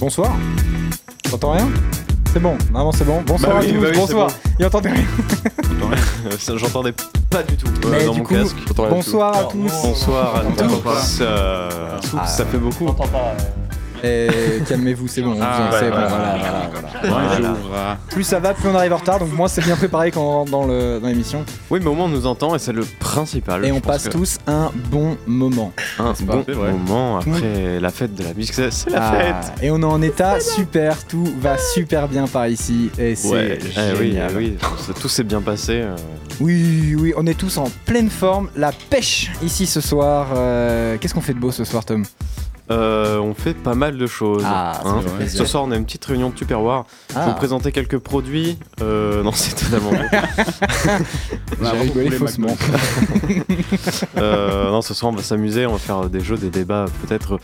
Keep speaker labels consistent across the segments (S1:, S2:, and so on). S1: Bonsoir. T'entends rien C'est bon, normalement c'est bon. Bonsoir
S2: Bah
S1: à
S2: oui,
S1: tous,
S2: bah oui, c'est
S1: bonsoir.
S2: bon.
S1: Il entendait rien.
S2: Ça, J'entendais pas du tout euh,
S1: Mais Bah,
S2: dans
S1: du
S2: mon
S1: coup,
S2: casque.
S1: Bonsoir à tous.
S2: Bonsoir à
S1: Entends pas.
S2: tous. euh,
S1: Ah.
S2: ça fait beaucoup.
S3: Eh,
S1: Et calmez-vous, c'est bon. vous
S2: Ah,
S1: en- c'est
S2: ouais,
S1: bon,
S2: ouais,
S1: voilà,
S2: ouais,
S1: voilà,
S2: ouais,
S1: voilà.
S2: Voilà.
S1: Plus ça va, plus on arrive en retard. Donc moi c'est bien préparé quand on rentre dans le- dans l'émission.
S2: Oui, mais au moins on nous entend et c'est le
S1: Et
S2: principal. Ah, Je
S1: on
S2: pense
S1: passe
S2: que
S1: tous un bon moment.
S2: un
S3: pas
S2: bon
S3: C'est vrai.
S2: moment après la fête de la musique. C'est c'est la
S1: Ah,
S2: fête.
S1: et on est en état super, tout va super bien par ici. Et c'est
S2: eh oui,
S1: génial.
S2: eh oui, ça- tout s'est bien passé. euh.
S1: Oui, oui, on est tous en pleine forme. La pêche ici ce soir. Euh, Qu'est-ce qu'on fait de beau ce soir, Tom
S2: Euh, on fait pas mal de choses.
S1: Ah, ça
S2: hein.
S1: fait plaisir. Ah.
S2: Ce soir, on a une petite réunion de Tupperware. Je vais vous présenter quelques produits. Euh, non, c'est totalement faux.
S3: On a
S1: J'ai rigolé
S3: beaucoup les
S1: faussement.
S2: Euh, non, ce soir on va s'amuser, on va faire des jeux, des débats, peut-être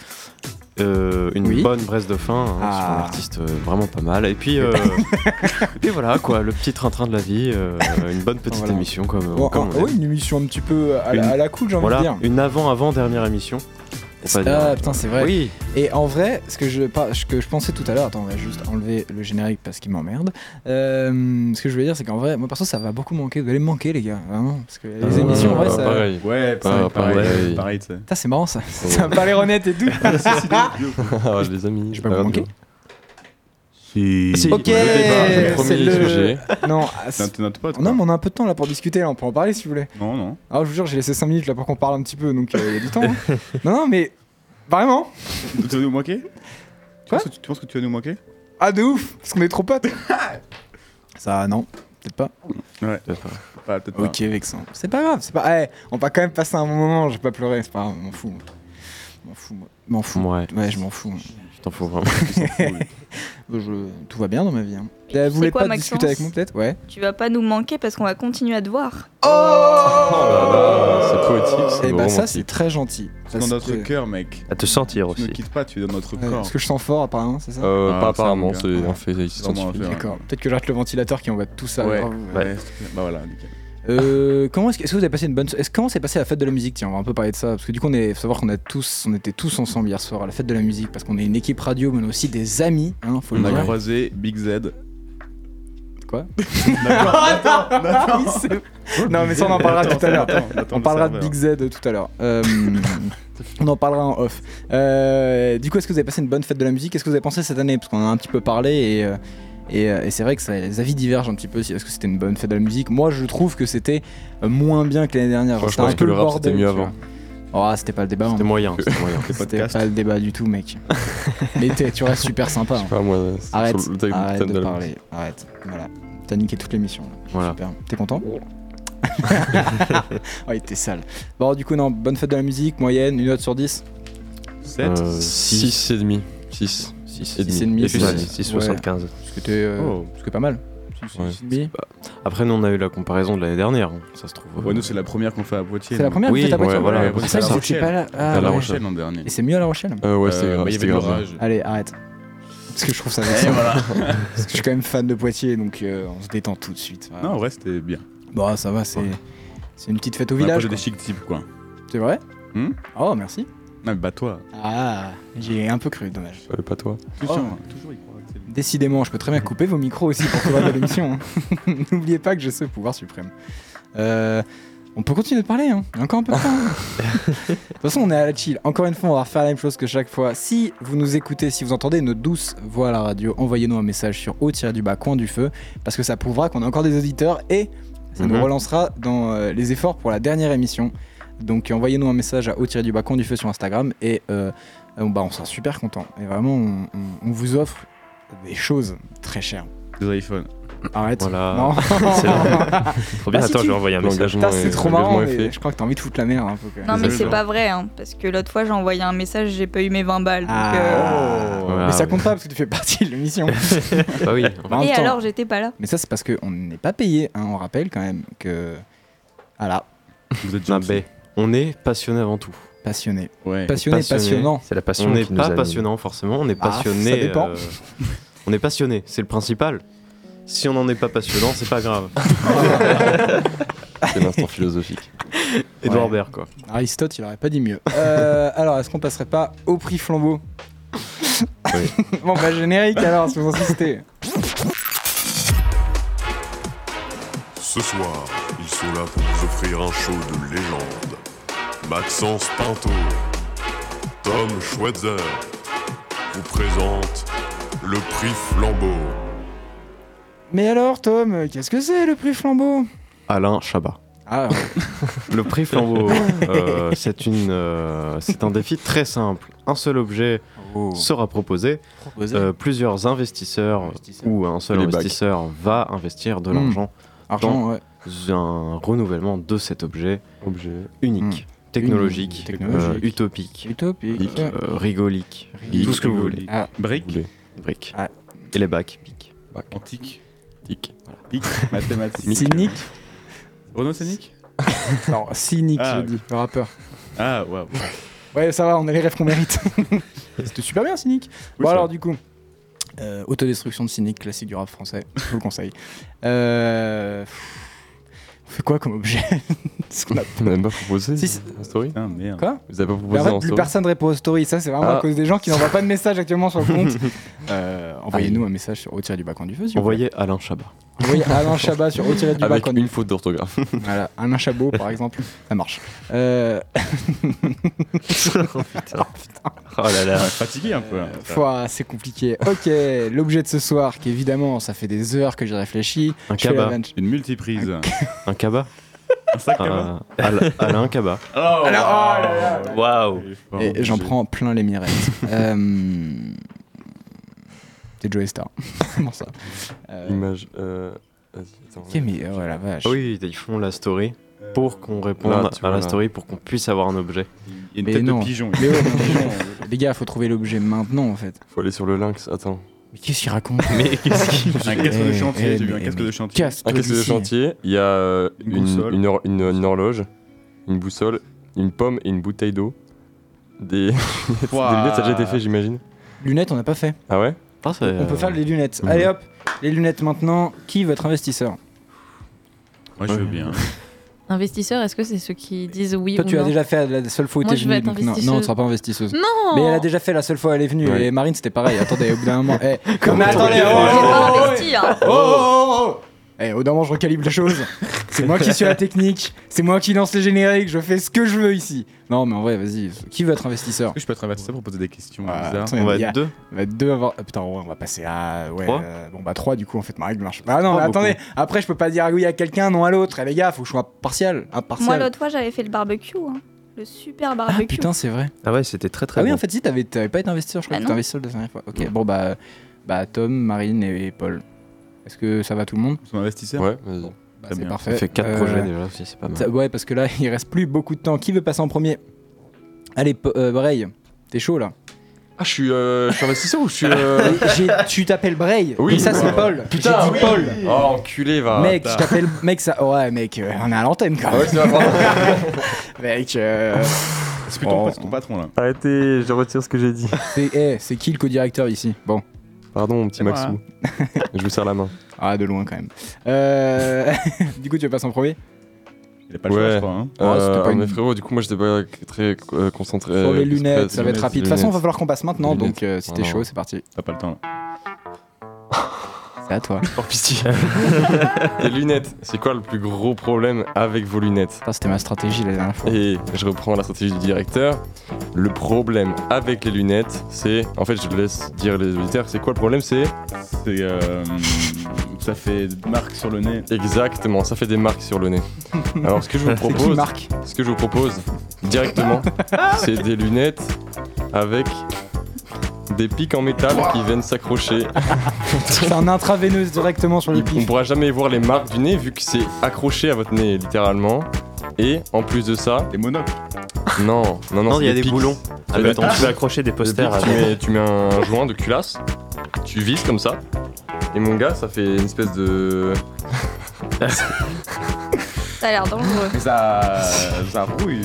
S2: euh, une
S1: Oui.
S2: bonne brèse de fin hein,
S1: Ah. ben.
S2: sur un artiste euh, vraiment pas mal. Et puis, euh, et puis voilà quoi, le petit train-train de la vie, euh, une bonne petite
S1: Voilà.
S2: émission comme,
S1: Bon,
S2: Euh, comme
S1: un-
S2: on aime.
S1: oui, une émission un petit peu à, la,
S2: Une-
S1: à la cool, j'ai envie de
S2: Voilà,
S1: dire.
S2: une avant-avant dernière émission. Faut pas
S1: Ah
S2: dire.
S1: putain, c'est vrai.
S2: Oui,
S1: Et en vrai, ce que je, pas- ce que je pensais tout à l'heure, attends, on va juste enlever le générique parce qu'il m'emmerde. Euh, ce que je voulais dire, c'est qu'en vrai, moi perso, ça va beaucoup manquer. Vous allez me manquer, les gars, vraiment. Parce que les
S2: Ah,
S1: émissions, en vrai,
S2: bah,
S1: ça.
S3: Pareil. Ouais,
S2: Ah,
S3: pareil, pareil,
S2: pareil.
S3: pareil, pareil, tu sais.
S1: Putain, c'est marrant ça. ça va pas l'air honnête et tout.
S3: Ah, les amis.
S1: Je peux vous manquer
S2: Si.
S1: Ok,
S2: Le débat, le
S1: c'est
S3: premier
S1: le.
S3: sujet.
S1: Non,
S3: C'est notre- notre pote. quoi.
S1: Non, mais on a un peu de temps là pour discuter, là, on peut en parler si vous voulez.
S3: non, non.
S1: Ah, je vous jure, j'ai laissé 5 minutes là pour qu'on parle un petit peu, donc euh, il y a du temps. hein. Non, non, mais vraiment
S3: Tu vas nous manquer Tu
S1: Quoi
S3: penses que tu- Tu penses que tu vas nous manquer
S1: Ah, de ouf Parce qu'on est trop potes Ça, non, peut-être pas.
S3: Pas, peut-être pas.
S1: Ok, vexant. C'est pas grave, c'est pas. Eh, on va quand même passer un bon moment, je vais pas pleurer, c'est pas grave, on m'en fous. Je M'en fous, moi. Je M'en fous.
S2: ouais,
S1: Ouais, je m'en fous.
S2: je t'en fous vraiment.
S1: Je- Tout va bien dans ma vie. hein.
S4: Et
S1: Euh,
S4: tu
S1: Vous
S4: sais
S1: voulez
S4: quoi,
S1: pas discuter
S4: Maxence
S1: avec moi peut-être Ouais.
S4: Tu vas pas nous manquer parce qu'on va continuer à te voir.
S3: C'est poétique.
S1: Et bah, ça, c'est très gentil.
S3: C'est dans
S1: parce
S3: notre
S1: que-
S3: cœur, mec.
S2: À te sentir
S3: Tu ne quittes pas, tu es dans notre
S1: Ouais,
S3: corps.
S1: Parce que je sens fort apparemment, c'est ça
S5: Euh, pas
S3: Ah, ça, mon
S5: apparemment,
S3: gars.
S5: c'est un fait
S3: C'est vraiment un
S5: scientifique.
S3: fait, hein.
S1: D'accord. Peut-être que j'arrête le ventilateur qui envoie tout ça.
S3: Ouais.
S1: Bravo.
S3: Ouais, c'est- bah voilà, nickel.
S1: Euh, comment est-ce que, est-ce que vous avez passé une bonne so- est-ce- comment s'est passée la fête de la musique Tiens, on va un peu parler de ça parce que du coup on est faut savoir qu'on a tous on était tous ensemble hier soir à la fête de la musique parce qu'on est une équipe radio mais on a aussi des amis, hein, faut le
S3: On a
S1: dire.
S3: croisé Big Z.
S1: Quoi
S3: D'accord.
S1: Oui, c'est- non mais ça on en parlera tout à l'heure. On parlera de Big Z tout à l'heure. Euh, on en parlera en off. Euh, du coup, est-ce que vous avez passé une bonne fête de la musique Qu'est-ce que vous avez pensé cette année Parce qu'on en a un petit peu parlé et, euh, et, euh, et c'est vrai que ça- les avis divergent un petit peu. si- Est-ce que c'était une bonne fête de la musique Moi, je trouve que c'était euh, moins bien que l'année dernière.
S5: Moi, je
S1: C'était
S5: pense
S1: un
S5: que
S1: peu
S5: le rap,
S1: bordel,
S5: c'était mieux
S1: tu vois. Oh, c'était pas le débat.
S2: C'était
S1: hein.
S2: moyen, c'était moyen.
S1: C'était
S3: podcast.
S1: pas le débat du tout, mec. Mais t'es- tu restes super sympa. hein.
S5: Enfin, moi, euh, sur
S1: Arrête,
S5: le thème-
S1: arrête
S5: thème
S1: de,
S5: de la-
S1: parler. Arrête. Voilà. T'as niqué toute l'émission. là.
S2: Voilà.
S1: Super. T'es content Oh, il était sale. Bon, du coup, non, bonne fête de la musique, moyenne, une note sur 10.
S3: 7
S2: Euh,
S5: 6 et demi. 6. 6 et
S1: Six et demi,
S5: demi.
S2: Et
S1: c'est-
S2: puis,
S1: Ouais.
S2: c'est- c'est 75.
S1: C'était euh,
S2: Oh.
S1: parce que pas mal.
S5: Ouais.
S1: C'est
S2: Après, nous on a eu la comparaison de l'année dernière, hein. ça se trouve.
S3: Ouais, nous, c'est la première qu'on fait à Poitiers.
S1: la
S3: nous.
S1: première
S2: Oui,
S1: fête à Poitiers
S5: ouais, voilà.
S1: Ah,
S5: Ouais,
S1: ça,
S3: c'est
S1: vous
S3: à La
S1: étiez pas là. Ah,
S3: À La
S1: ouais.
S3: Rochelle l'an dernier.
S1: Et c'est mieux à La Rochelle
S5: Euh, ouais,
S3: Euh,
S5: c'est grave.
S3: bah, il y
S5: c'était
S3: avait de
S5: grave.
S3: l'orage.
S1: Allez, arrête. Parce que je trouve ça vexant. Parce que je suis quand même fan de Poitiers, donc euh, on se détend tout de suite. Voilà.
S3: Non, en vrai, Ah, c'était bien.
S1: Bon, ça va, c'est c'est une petite fête au
S3: On a
S1: village.
S3: j'ai des
S1: quoi.
S3: chics types, quoi.
S1: C'est vrai
S3: Hmm
S1: Oh, merci.
S3: Non, mais bah toi.
S1: Ah, j'ai un peu cru, dommage.
S5: Euh, Pas toi.
S3: Toujours,
S1: Oh.
S3: hein, toujours, il croit que c'est lui.
S1: Décidément, je peux très bien couper vos micros aussi pour pouvoir de l'émission. hein. N'oubliez pas que j'ai ce pouvoir suprême. Euh, on peut continuer de parler, hein. Il y a encore un peu de temps. hein. de toute façon, on est à la chill. Encore une fois, on va refaire la même chose que chaque fois. Si vous nous écoutez, si vous entendez nos douces voix à la radio, envoyez-nous un message sur haut du bas coin du feu, parce que ça prouvera qu'on a encore des auditeurs et ça nous
S2: Mhm.
S1: relancera dans euh, les efforts pour la dernière émission. Donc euh, envoyez-nous un message à haut du bas coin du feu sur Instagram et euh, euh, bah, on sera super content. Et vraiment, on- on- on vous offre des choses très chères.
S3: Des iPhones.
S1: Arrête.
S2: Voilà.
S1: Non.
S2: C'est vrai. Trop bien,
S1: Ah, si tu-
S2: attends, je vais envoyer un message. euh,
S5: L'engagement
S1: Putain, c'est
S5: est-
S1: trop
S5: l'engagement
S1: marrant,
S5: est
S1: mais
S5: fait.
S1: je crois que t'as envie de foutre la merde un peu quand même.
S4: Non mais
S3: Désolé,
S4: c'est
S3: Jean.
S4: pas vrai, hein, parce que l'autre fois j'ai envoyé un message, j'ai pas eu mes 20 balles. donc, euh,
S1: Ah.
S2: Voilà.
S1: Mais ça compte pas parce que tu fais partie de l'émission.
S2: Bah oui.
S1: Mais en même
S4: Et
S1: temps-
S4: alors j'étais pas là.
S1: Mais ça, c'est parce qu'on n'est pas payé, hein, on rappelle quand même que. ah Voilà,
S3: Vous êtes
S2: Non,
S3: gentils.
S2: Ah, mais on est passionné avant tout.
S1: passionné.
S3: Ouais.
S1: Passionné,
S2: Passionné.
S1: passionnant.
S5: C'est la
S2: on
S5: passion
S2: n'est pas passionnant forcément, on est
S1: Ah,
S2: passionné.
S1: ça dépend.
S2: euh, on est passionné, c'est le principal. Si on n'en est pas passionnant, c'est pas grave.
S5: C'est l'instant philosophique.
S2: Edouard Baird, quoi.
S1: Aristote, il aurait pas dit mieux. Euh, alors, est-ce qu'on passerait pas au prix flambeau bon, bah, générique alors, si vous insistez.
S6: Ce soir, ils sont là pour vous offrir un show de légende. Maxence Pinto, Tom Schweitzer vous présente le prix Flambeau.
S1: Mais alors, Tom, qu'est-ce que c'est le prix Flambeau
S2: Alain Chabat.
S1: Ah,
S2: Le prix flambeau, euh, c'est une, euh, c'est un défi très simple. Un seul objet
S1: Oh.
S2: sera proposé. Euh, plusieurs investisseurs,
S1: Investisseurs.
S2: ou un seul
S5: Les bacs.
S2: investisseur va investir de
S1: Mm.
S2: l'argent
S1: argent, ouais.
S2: dans un renouvellement de cet objet
S5: Objet.
S2: unique, technologique,
S1: Hmm. Unique, technologique.
S2: euh, utopique,
S1: Utopique.
S2: euh, rigolique,
S1: Rigolique.
S2: tout ce que vous voulez.
S1: Ah,
S3: Brick,
S5: Objet.
S2: Brique.
S1: Ah.
S2: Et les bacs. Pique.
S3: antique,
S5: Tic.
S3: pic, mathématiques.
S1: cynique.
S3: Renaud Scénic
S1: Non, cynique,
S3: Ah,
S1: je dis, le rappeur.
S3: Ah, waouh.
S1: Ouais, ça va, on a les rêves qu'on mérite. C'était super bien, cynique.
S3: ça
S1: bon, alors,
S3: va.
S1: du coup, euh, autodestruction de cynique, classique du rap français, je vous le conseille. Euh, pff, on fait quoi comme objet Parce qu'on a-
S5: On n'a même pas proposé
S1: Si, si.
S5: en story
S3: Putain, merde.
S1: Quoi
S5: Vous avez pas proposé
S1: Mais en fait,
S5: en
S1: plus
S5: story
S1: personne répond aux stories. Ça, c'est vraiment
S5: Ah.
S1: à cause des gens qui n'envoient pas de message actuellement sur le compte. Euh, Envoyez-nous un message sur au tiré du bac en du feu. si vous voulez.
S2: Envoyez Alain Chabat.
S1: Envoyez Alain Chabat sur au tiré du
S5: Avec
S1: bac en du
S5: une faute d'orthographe.
S1: Voilà, Alain Chabot, par exemple. Ça marche. Euh, Oh,
S2: Oh là
S3: Ouais,
S2: là.
S3: fatigué un peu. hein.
S1: foi, c'est compliqué. Ok, l'objet de ce soir, qui évidemment, ça fait des heures que j'y réfléchis.
S2: Un
S1: Je fais la
S2: cabas.
S1: vanne.
S3: Une multiprise.
S2: Un cabas.
S3: un sac à main.
S2: Un- Al- Alain Cabas.
S3: Oh, waouh.
S2: Waouh.
S3: Il est fort.
S1: Et j'en prends plein les mirettes. euh... C'est Joey Star. bon, ça. Euh...
S5: Image. Euh... vas-y, attends.
S1: Ok, mais oh la vache.
S2: Ah Oui, ils font la story pour qu'on réponde
S5: Là,
S2: à
S5: tu vois,
S2: la
S5: là.
S2: story, pour qu'on puisse avoir un objet.
S3: Euh, Il y a une
S1: Mais
S3: tête
S1: non.
S3: de pigeon.
S1: Mais oh ouais, non, Les gars, faut trouver l'objet maintenant en fait.
S5: Faut aller sur le lynx, attends.
S1: Mais qu'est-ce qu'il raconte
S2: Mais qu'est-ce qu'il
S3: Un casque de
S1: Eh,
S3: chantier,
S1: eh,
S3: j'ai vu un
S1: mais-
S3: casque de
S1: mais
S3: chantier.
S1: Casse
S5: Un
S1: toi
S5: caisse de chantier, il y a euh,
S3: Une
S5: une,
S3: boussole.
S5: une, or- une- une horloge, une boussole, une pomme et une bouteille d'eau. Des... des lunettes,
S3: Ouah.
S5: ça a déjà été fait, j'imagine.
S1: Lunettes, on n'a pas fait.
S5: Ah ouais
S2: Ah, c'est,
S1: On
S2: euh,
S1: peut faire les lunettes.
S5: Mhm.
S1: Allez hop, les lunettes maintenant. Qui veut être investisseur
S3: Moi, je veux bien.
S1: Euh,
S7: Investisseurs, est-ce que c'est ceux qui disent oui
S1: Toi,
S7: ou
S1: tu as
S7: non
S1: déjà fait la seule fois où
S7: Moi,
S1: t'es
S7: je
S1: venue.
S7: vais être
S1: donc non,
S7: investisseuse.
S1: non, tu seras pas investisseuse.
S7: Non
S1: Mais elle a déjà fait la seule fois où elle est venue.
S5: Ouais.
S1: Et Marine, c'était pareil. Attendez, au bout d'un moment. eh,
S5: Comment
S1: mais
S5: t'as
S1: attendez,
S5: regardé
S1: oh,
S7: J'ai pas
S1: oh, oh, oh,
S7: investi, hein.
S1: Oh, oh, oh, oh. Eh, au bout d'un moment, je recalibre la chose. C'est moi qui suis la technique. C'est moi qui lance les génériques. Je fais ce que je veux ici. Non, mais en vrai, vas-y. Qui veut être investisseur
S3: Est-ce que je peux être investisseur pour poser des questions
S1: Ah,
S3: bizarres
S1: attends,
S2: On va
S1: il y a-
S2: être deux.
S1: On va être deux avant. ah, putain, ouais, on va passer à. Ouais,
S2: Trois
S1: euh, bon, bah 3 du coup, en fait, ma règle marche. Bah non,
S2: Trois,
S1: mais attendez, après, je peux pas dire oui à quelqu'un, non à l'autre. Eh les gars, faut que je sois partial.
S4: Moi,
S1: Impartial.
S4: l'autre fois, j'avais fait le barbecue. hein. Le super
S1: ah
S4: barbecue.
S1: putain, c'est vrai.
S2: Ah ouais, c'était très très
S1: ah oui,
S2: bon.
S1: en fait, si, t'avais t'avais pas été investisseur, je crois
S4: Bah
S1: que
S4: non.
S1: t'étais investisseur la dernière fois. Ok, bon, bah, bah Tom, Marine et, et Paul. Est-ce que ça va tout le monde
S3: Ils sont investisseurs
S5: Ouais, vas-y.
S1: Bah,
S3: Très
S1: C'est
S3: bien.
S1: parfait.
S2: Ça fait 4
S1: Euh,
S2: projets déjà, si c'est pas mal.
S1: ça- ouais, parce que là, il reste plus beaucoup de temps. Qui veut passer en premier Allez, P- euh, Bray, t'es chaud là.
S5: Ah, je suis, euh, je suis investisseur ou je suis. euh,
S1: J'ai- tu t'appelles Bray
S5: Oui,
S1: et ça, c'est
S5: ouais.
S1: Paul.
S5: Putain,
S1: J'ai dit
S5: oui.
S1: Paul.
S5: Oh, enculé, va.
S3: Ah,
S1: Mec, je t'appelle. Mec, ça. Ouais, mec, euh, on est à l'antenne quand
S5: Ah
S1: même.
S5: ouais, c'est vrai.
S1: Mec, euh,
S3: C'est plutôt
S1: Oh.
S3: ton patron là.
S5: Arrêtez, je retire ce que j'ai dit.
S1: c'est eh, c'est qui le co-directeur ici Bon,
S5: Pardon, mon petit
S3: C'est moi, hein.
S5: Maxou. je vous serre la main.
S1: ah, de loin quand même. Euh, du coup, tu vas passer en premier
S3: Il a pas le choix,
S5: Ouais.
S3: je crois. hein.
S1: Ouais, c'était
S5: Euh,
S1: pas
S5: ah, mais
S1: une-
S5: frérot, du coup, moi j'étais pas très euh, concentré.
S1: Sur les
S5: euh,
S1: lunettes, ça va être
S5: lunettes,
S1: rapide. De toute façon, on va
S5: lunettes.
S1: falloir qu'on passe maintenant,
S5: Les lunettes.
S1: donc euh, si t'es
S5: Voilà.
S1: chaud, c'est parti.
S3: T'as pas le temps là.
S1: C'est à toi.
S5: Oh, pitié. les lunettes, c'est quoi le plus gros problème avec vos lunettes
S1: Putain, c'était ma stratégie la dernière fois.
S5: Et je reprends la stratégie du directeur. Le problème avec les lunettes, c'est. En fait, je le laisse dire les auditeurs. C'est quoi le problème C'est
S3: C'est, euh, ça fait marque sur le nez.
S5: exactement, ça fait des marques sur le nez. Alors, ce que je vous
S1: C'est qui
S5: propose,
S1: Marc
S5: ce que je vous propose directement, c'est des lunettes avec des pics en métal qui viennent s'accrocher.
S1: C'est un intraveineuse directement sur le
S5: Il- On
S1: pif.
S5: pourra jamais voir les marques du nez vu que c'est accroché à votre nez littéralement. Et en plus de ça,
S3: Des monocles.
S5: non, non, non,
S2: Non,
S5: c'est
S2: il y a des
S5: pics.
S2: boulons. Ah,
S5: bah,
S2: attends, tu peux accrocher des posters.
S5: Le
S2: à-
S5: pic, tu, mets, tu mets un joint de culasse, tu vises comme ça, et mon gars, ça fait une espèce de.
S4: Ça a l'air dangereux.
S3: Mais ça, ça rouille.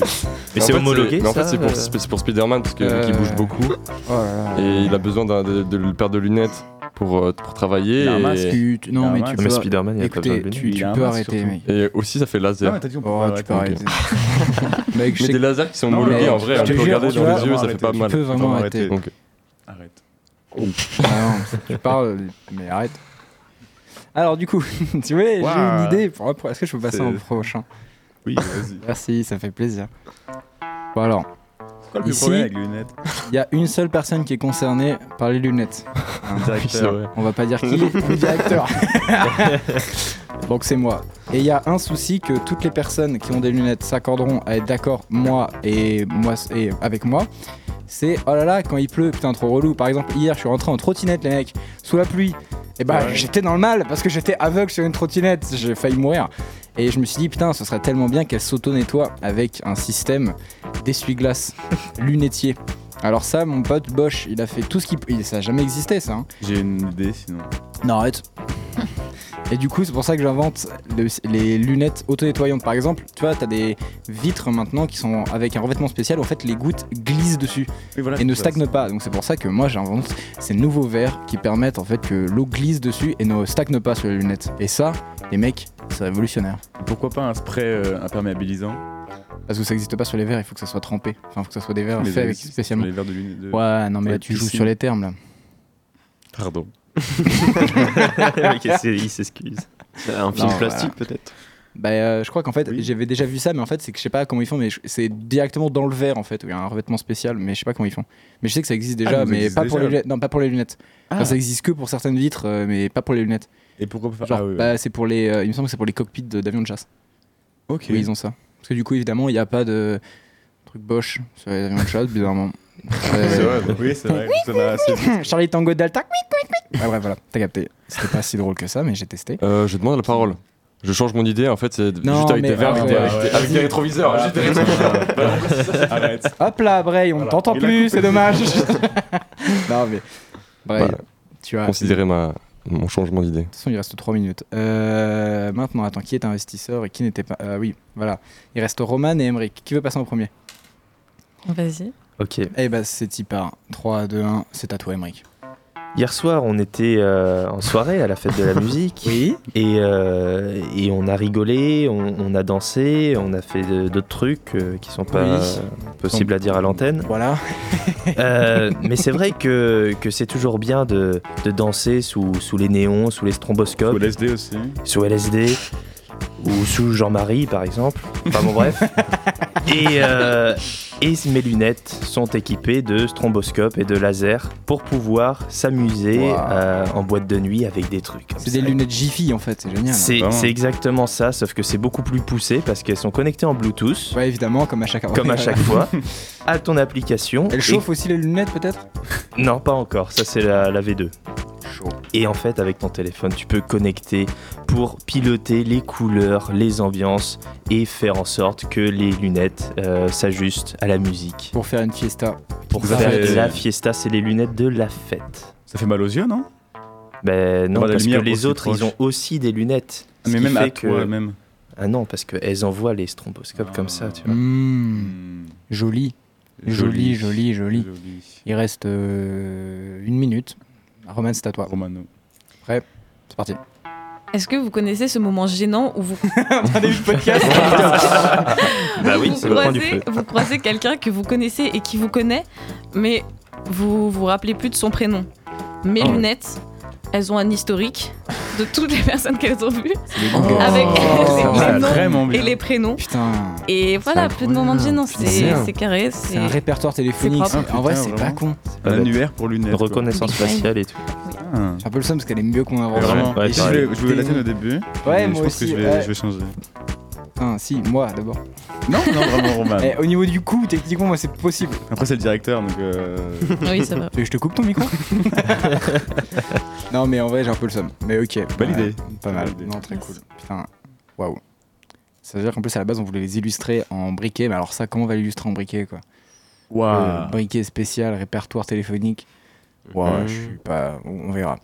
S5: Mais en
S2: c'est
S5: fait,
S2: homologué,
S5: Mais en fait,
S2: ça,
S5: c'est pour,
S2: euh
S5: c'est pour Spider-Man parce que vu qu'il
S1: Euh.
S5: bouge beaucoup
S1: Oh là là.
S5: et il a besoin d'un de, de, paire de lunettes pour, euh, pour travailler.
S3: Il a un
S5: et-
S3: masque.
S1: Tu- tu- Non,
S3: Ah,
S1: mais
S3: mince.
S1: tu
S3: Mais
S1: peux.
S2: Mais Spider-Man, il y a pas besoin de
S1: Écoutez,
S2: lunettes.
S1: tu,
S3: Il
S1: tu
S3: a un
S1: peux
S3: masque
S1: arrêter,
S3: surtout.
S1: mec.
S5: et, aussi, ça fait
S3: Ah,
S5: laser.
S3: mais t'as dit on peut
S1: Oh,
S3: pas
S1: tu peux
S3: arrêter.
S1: arrêter. Mec, je
S5: mais
S1: sais
S5: des lasers qui sont
S3: Non,
S5: homologués
S1: mais
S5: en vrai,
S1: je
S5: on
S1: te
S5: peut
S1: jure,
S5: regarder
S1: tu
S5: dans
S1: vas
S5: les yeux, ça
S3: vraiment
S5: fait pas
S1: que tu
S3: arrêter.
S5: mal.
S1: peux
S3: Attends,
S1: vraiment
S3: arrêtez.
S1: arrêter.
S5: Donc,
S3: Arrête.
S1: Ah non, tu parles, mais arrête. Alors, du coup, tu vois, j'ai une
S3: Waouh.
S1: idée. Pour... pour- Est-ce que je peux passer
S3: C'est-
S1: en prochain
S3: Oui, vas-y.
S1: Merci, ça fait plaisir. Bon, alors,
S3: C'est
S1: plus
S3: quoi le plus
S1: Ici- problème
S3: problème
S1: avec
S3: avec les lunettes
S1: il y a une seule personne qui est concernée par les lunettes.
S5: C'est vrai.
S1: On va pas dire qui est le directeur. Donc c'est moi. Et il y a un souci que toutes les personnes qui ont des lunettes s'accorderont à être d'accord, moi et moi et avec moi. C'est oh là là quand il pleut, putain trop relou. Par exemple hier je suis rentré en trottinette les mecs, sous la pluie. Et bah
S3: Ouais.
S1: j'étais dans le mal parce que j'étais aveugle sur une trottinette, j'ai failli mourir. Et je me suis dit putain ce serait tellement bien qu'elle s'auto-nettoie avec un système d'essuie-glace lunetier. Alors ça mon pote Bosch il a fait tout ce qu'il il- ça a jamais existé ça. hein.
S3: J'ai une idée sinon.
S1: Non, arrête. Et du coup, c'est pour ça que j'invente le- les lunettes auto-nettoyantes. Par exemple, tu vois, t'as des vitres maintenant qui sont avec un revêtement spécial. où, En fait, les gouttes glissent dessus
S3: Oui, voilà,
S1: et ne
S3: c'est ça.
S1: stagnent pas. Donc, c'est pour ça que moi, j'invente ces nouveaux verres qui permettent en fait que l'eau glisse dessus et ne stagne pas sur les lunettes. Et ça, les mecs, c'est révolutionnaire.
S3: Pourquoi pas un spray euh, imperméabilisant
S1: Parce que ça n'existe pas sur les verres, il faut que ça soit trempé. Enfin, il faut que ça soit des verres
S3: Mais
S1: faits avec
S3: existe sur
S1: spécialement.
S3: Les verres de lunettes. de-
S1: Ouais, non, mais
S3: Ouais,
S1: là, tu joues
S3: piscine.
S1: sur les termes là.
S3: Pardon.
S8: Le mec, il s'est- il s'excuse.
S3: Euh,
S2: Un film
S1: Non,
S2: plastique peut-être
S1: Bah, euh, je crois qu'en fait,
S3: Oui.
S1: j'avais déjà vu ça, mais en fait, c'est que je sais pas comment ils font, mais je- c'est directement dans le verre en fait, où il y a un revêtement spécial, mais je sais pas comment ils font. Mais je sais que ça existe déjà,
S3: Ah, mais ça
S1: mais
S3: existe
S1: pas pour les
S3: déjà.
S1: lunettes. Non, pas pour les lunettes. Enfin,
S3: Ah.
S1: ça existe que pour certaines vitres, euh, mais pas pour les lunettes.
S3: Et pourquoi pas
S1: Genre,
S3: Ah, oui, ouais.
S1: bah, c'est pour les. euh, il me semble que c'est pour les cockpits de- d'avions de, chasse.
S3: Ok.
S1: Oui, ils ont ça. Parce que du coup, évidemment, il n'y a pas de truc Bosch sur les avions de chasse, bizarrement. Euh,
S3: C'est vrai, bah, oui, c'est vrai. ça va assez vite.
S1: Charlie Tango Delta. Oui, oui, oui. Ah, bref, voilà, t'as capté. C'était pas si drôle que ça, mais j'ai testé.
S5: Euh, je demande la parole. Je change mon idée, en fait, c'est
S1: Non,
S5: juste avec
S1: mais-
S5: des verres, avec,
S1: ah ouais,
S5: des-
S1: ouais,
S5: avec des-
S3: ouais.
S5: avec des rétroviseurs. juste des rétroviseurs.
S3: Arrête.
S1: Hop là, Bray, on
S3: Voilà.
S1: t'entend
S3: Il a
S1: plus, c'est dommage. non, mais. Bray,
S5: Voilà.
S1: tu as. De
S5: Considérez ma, mon changement d'idée.
S1: toute façon, il reste 3 minutes. Euh, maintenant, attends, qui est investisseur et qui n'était pas. euh, oui, voilà. Il reste Roman et Emmerich. Qui veut passer en premier
S7: Vas-y.
S8: Ok.
S1: Eh bah, c'est Tipar. 3, 2, 1, c'est à toi, Emmerich.
S8: Hier soir, on était euh, en soirée à la fête de la musique.
S1: Oui.
S8: Et, euh, et on a rigolé, on, on a dansé, on a fait de- d'autres trucs euh, qui sont pas
S1: Oui.
S8: euh, possibles à dire à l'antenne.
S1: Voilà.
S8: Euh, mais c'est vrai que, que c'est toujours bien de, de danser sous, sous les néons, sous les
S3: Au
S8: stromboscopes,
S3: LSD aussi.
S8: sous LSD ou sous Jean-Marie par exemple. Enfin bon bref. Et, euh, et mes lunettes sont équipées de stromboscopes et de lasers pour pouvoir s'amuser
S1: Wow.
S8: euh, en boîte de nuit avec des trucs. comme
S1: C'est des
S8: ça.
S1: lunettes Jiffy, en fait, c'est génial.
S8: C'est
S5: Ah,
S3: Vraiment.
S8: c'est exactement ça, sauf que c'est beaucoup plus poussé parce qu'elles sont connectées en Bluetooth,
S1: Ouais, évidemment, comme à chaque
S8: comme à
S1: Ouais,
S8: chaque
S1: voilà.
S8: fois, à ton application.
S1: Elle
S8: Et-
S1: chauffe aussi les lunettes, peut-être
S8: Non, pas encore, ça c'est la, la V2. Et en fait, avec ton téléphone, tu peux connecter pour piloter les couleurs, les ambiances et faire en sorte que les lunettes euh, s'ajustent à la musique.
S1: Pour faire une fiesta.
S8: Pour
S1: Ça
S8: faire
S3: fait-
S8: la fiesta, c'est les lunettes de la fête.
S3: Ça fait mal aux yeux, non
S8: Ben non,
S3: Bah, la
S8: parce que
S3: lumière
S8: les
S3: aussi
S8: autres, ils
S3: proche.
S8: ont aussi des lunettes. ce
S3: Mais
S8: qui
S3: même
S8: fait
S3: à
S8: que-
S3: toi, même. Ah.
S8: Ah non, parce qu'elles envoient les stromboscopes comme ça, tu vois.
S1: Mmh,
S3: Hmm.
S1: joli. Joli, joli, joli. Il reste euh, une minute. Roman, c'est à toi.
S3: Romano.
S1: C'est parti.
S7: Est-ce que vous connaissez ce moment gênant où vous,
S8: Bah oui,
S7: vous
S8: c'est le point du
S7: croisez,
S8: feu.
S7: vous croisez quelqu'un que vous connaissez et qui vous connaît, mais vous vous rappelez plus de son prénom Mes
S5: Ah ouais.
S7: lunettes, elles ont un historique de toutes les personnes qu'elles ont vues
S1: Oh.
S7: avec
S1: ça
S7: les
S1: va
S3: vraiment
S7: prénoms
S3: bien.
S7: et les prénoms.
S1: Putain.
S7: Et voilà, plus de moments de gênance,
S1: Putain,
S7: c'est
S1: c'est
S7: c'est carré,
S1: C'est un
S7: c'est
S1: répertoire téléphonique.
S7: c'est
S1: c'est-
S3: propre.
S1: en vrai,
S3: Ah, Putain,
S1: c'est pas
S3: vraiment.
S1: con.
S3: Un
S8: Pas bête.
S3: annuaire pour lunettes. quoi.
S8: Reconnaissance
S7: Big time.
S8: faciale et tout.
S3: Ah.
S1: J'ai un peu le seum parce qu'elle est mieux qu'on avant.
S3: Vraiment.
S8: Ouais,
S3: Et je voulais, je voulais la
S1: T'es-
S3: tienne au début.
S1: Ouais,
S3: mais
S1: moi
S3: je pense
S1: aussi,
S3: que je vais,
S1: ouais.
S3: je vais changer. Ah,
S1: Putain, si, moi d'abord.
S3: Non, non, vraiment Roman.
S1: Eh, au niveau du coup, techniquement, moi, c'est possible.
S3: Après, c'est le directeur, donc. euh,
S7: Ah oui, ça va.
S1: Tu veux que je te coupe ton micro Non, mais en vrai, j'ai un peu le seum. Mais ok.
S3: Belle
S1: Ouais,
S3: idée.
S1: Pas mal.
S3: Belle idée.
S1: Non, très
S7: Merci.
S1: cool. Putain, waouh. Ça veut dire qu'en plus, à la base, on voulait les illustrer en briquet. Mais alors, ça, comment on va l'illustrer en briquet, quoi Euh,
S3: Waouh.
S1: Briquet spécial, répertoire téléphonique. Waouh, je suis pas. On on verra.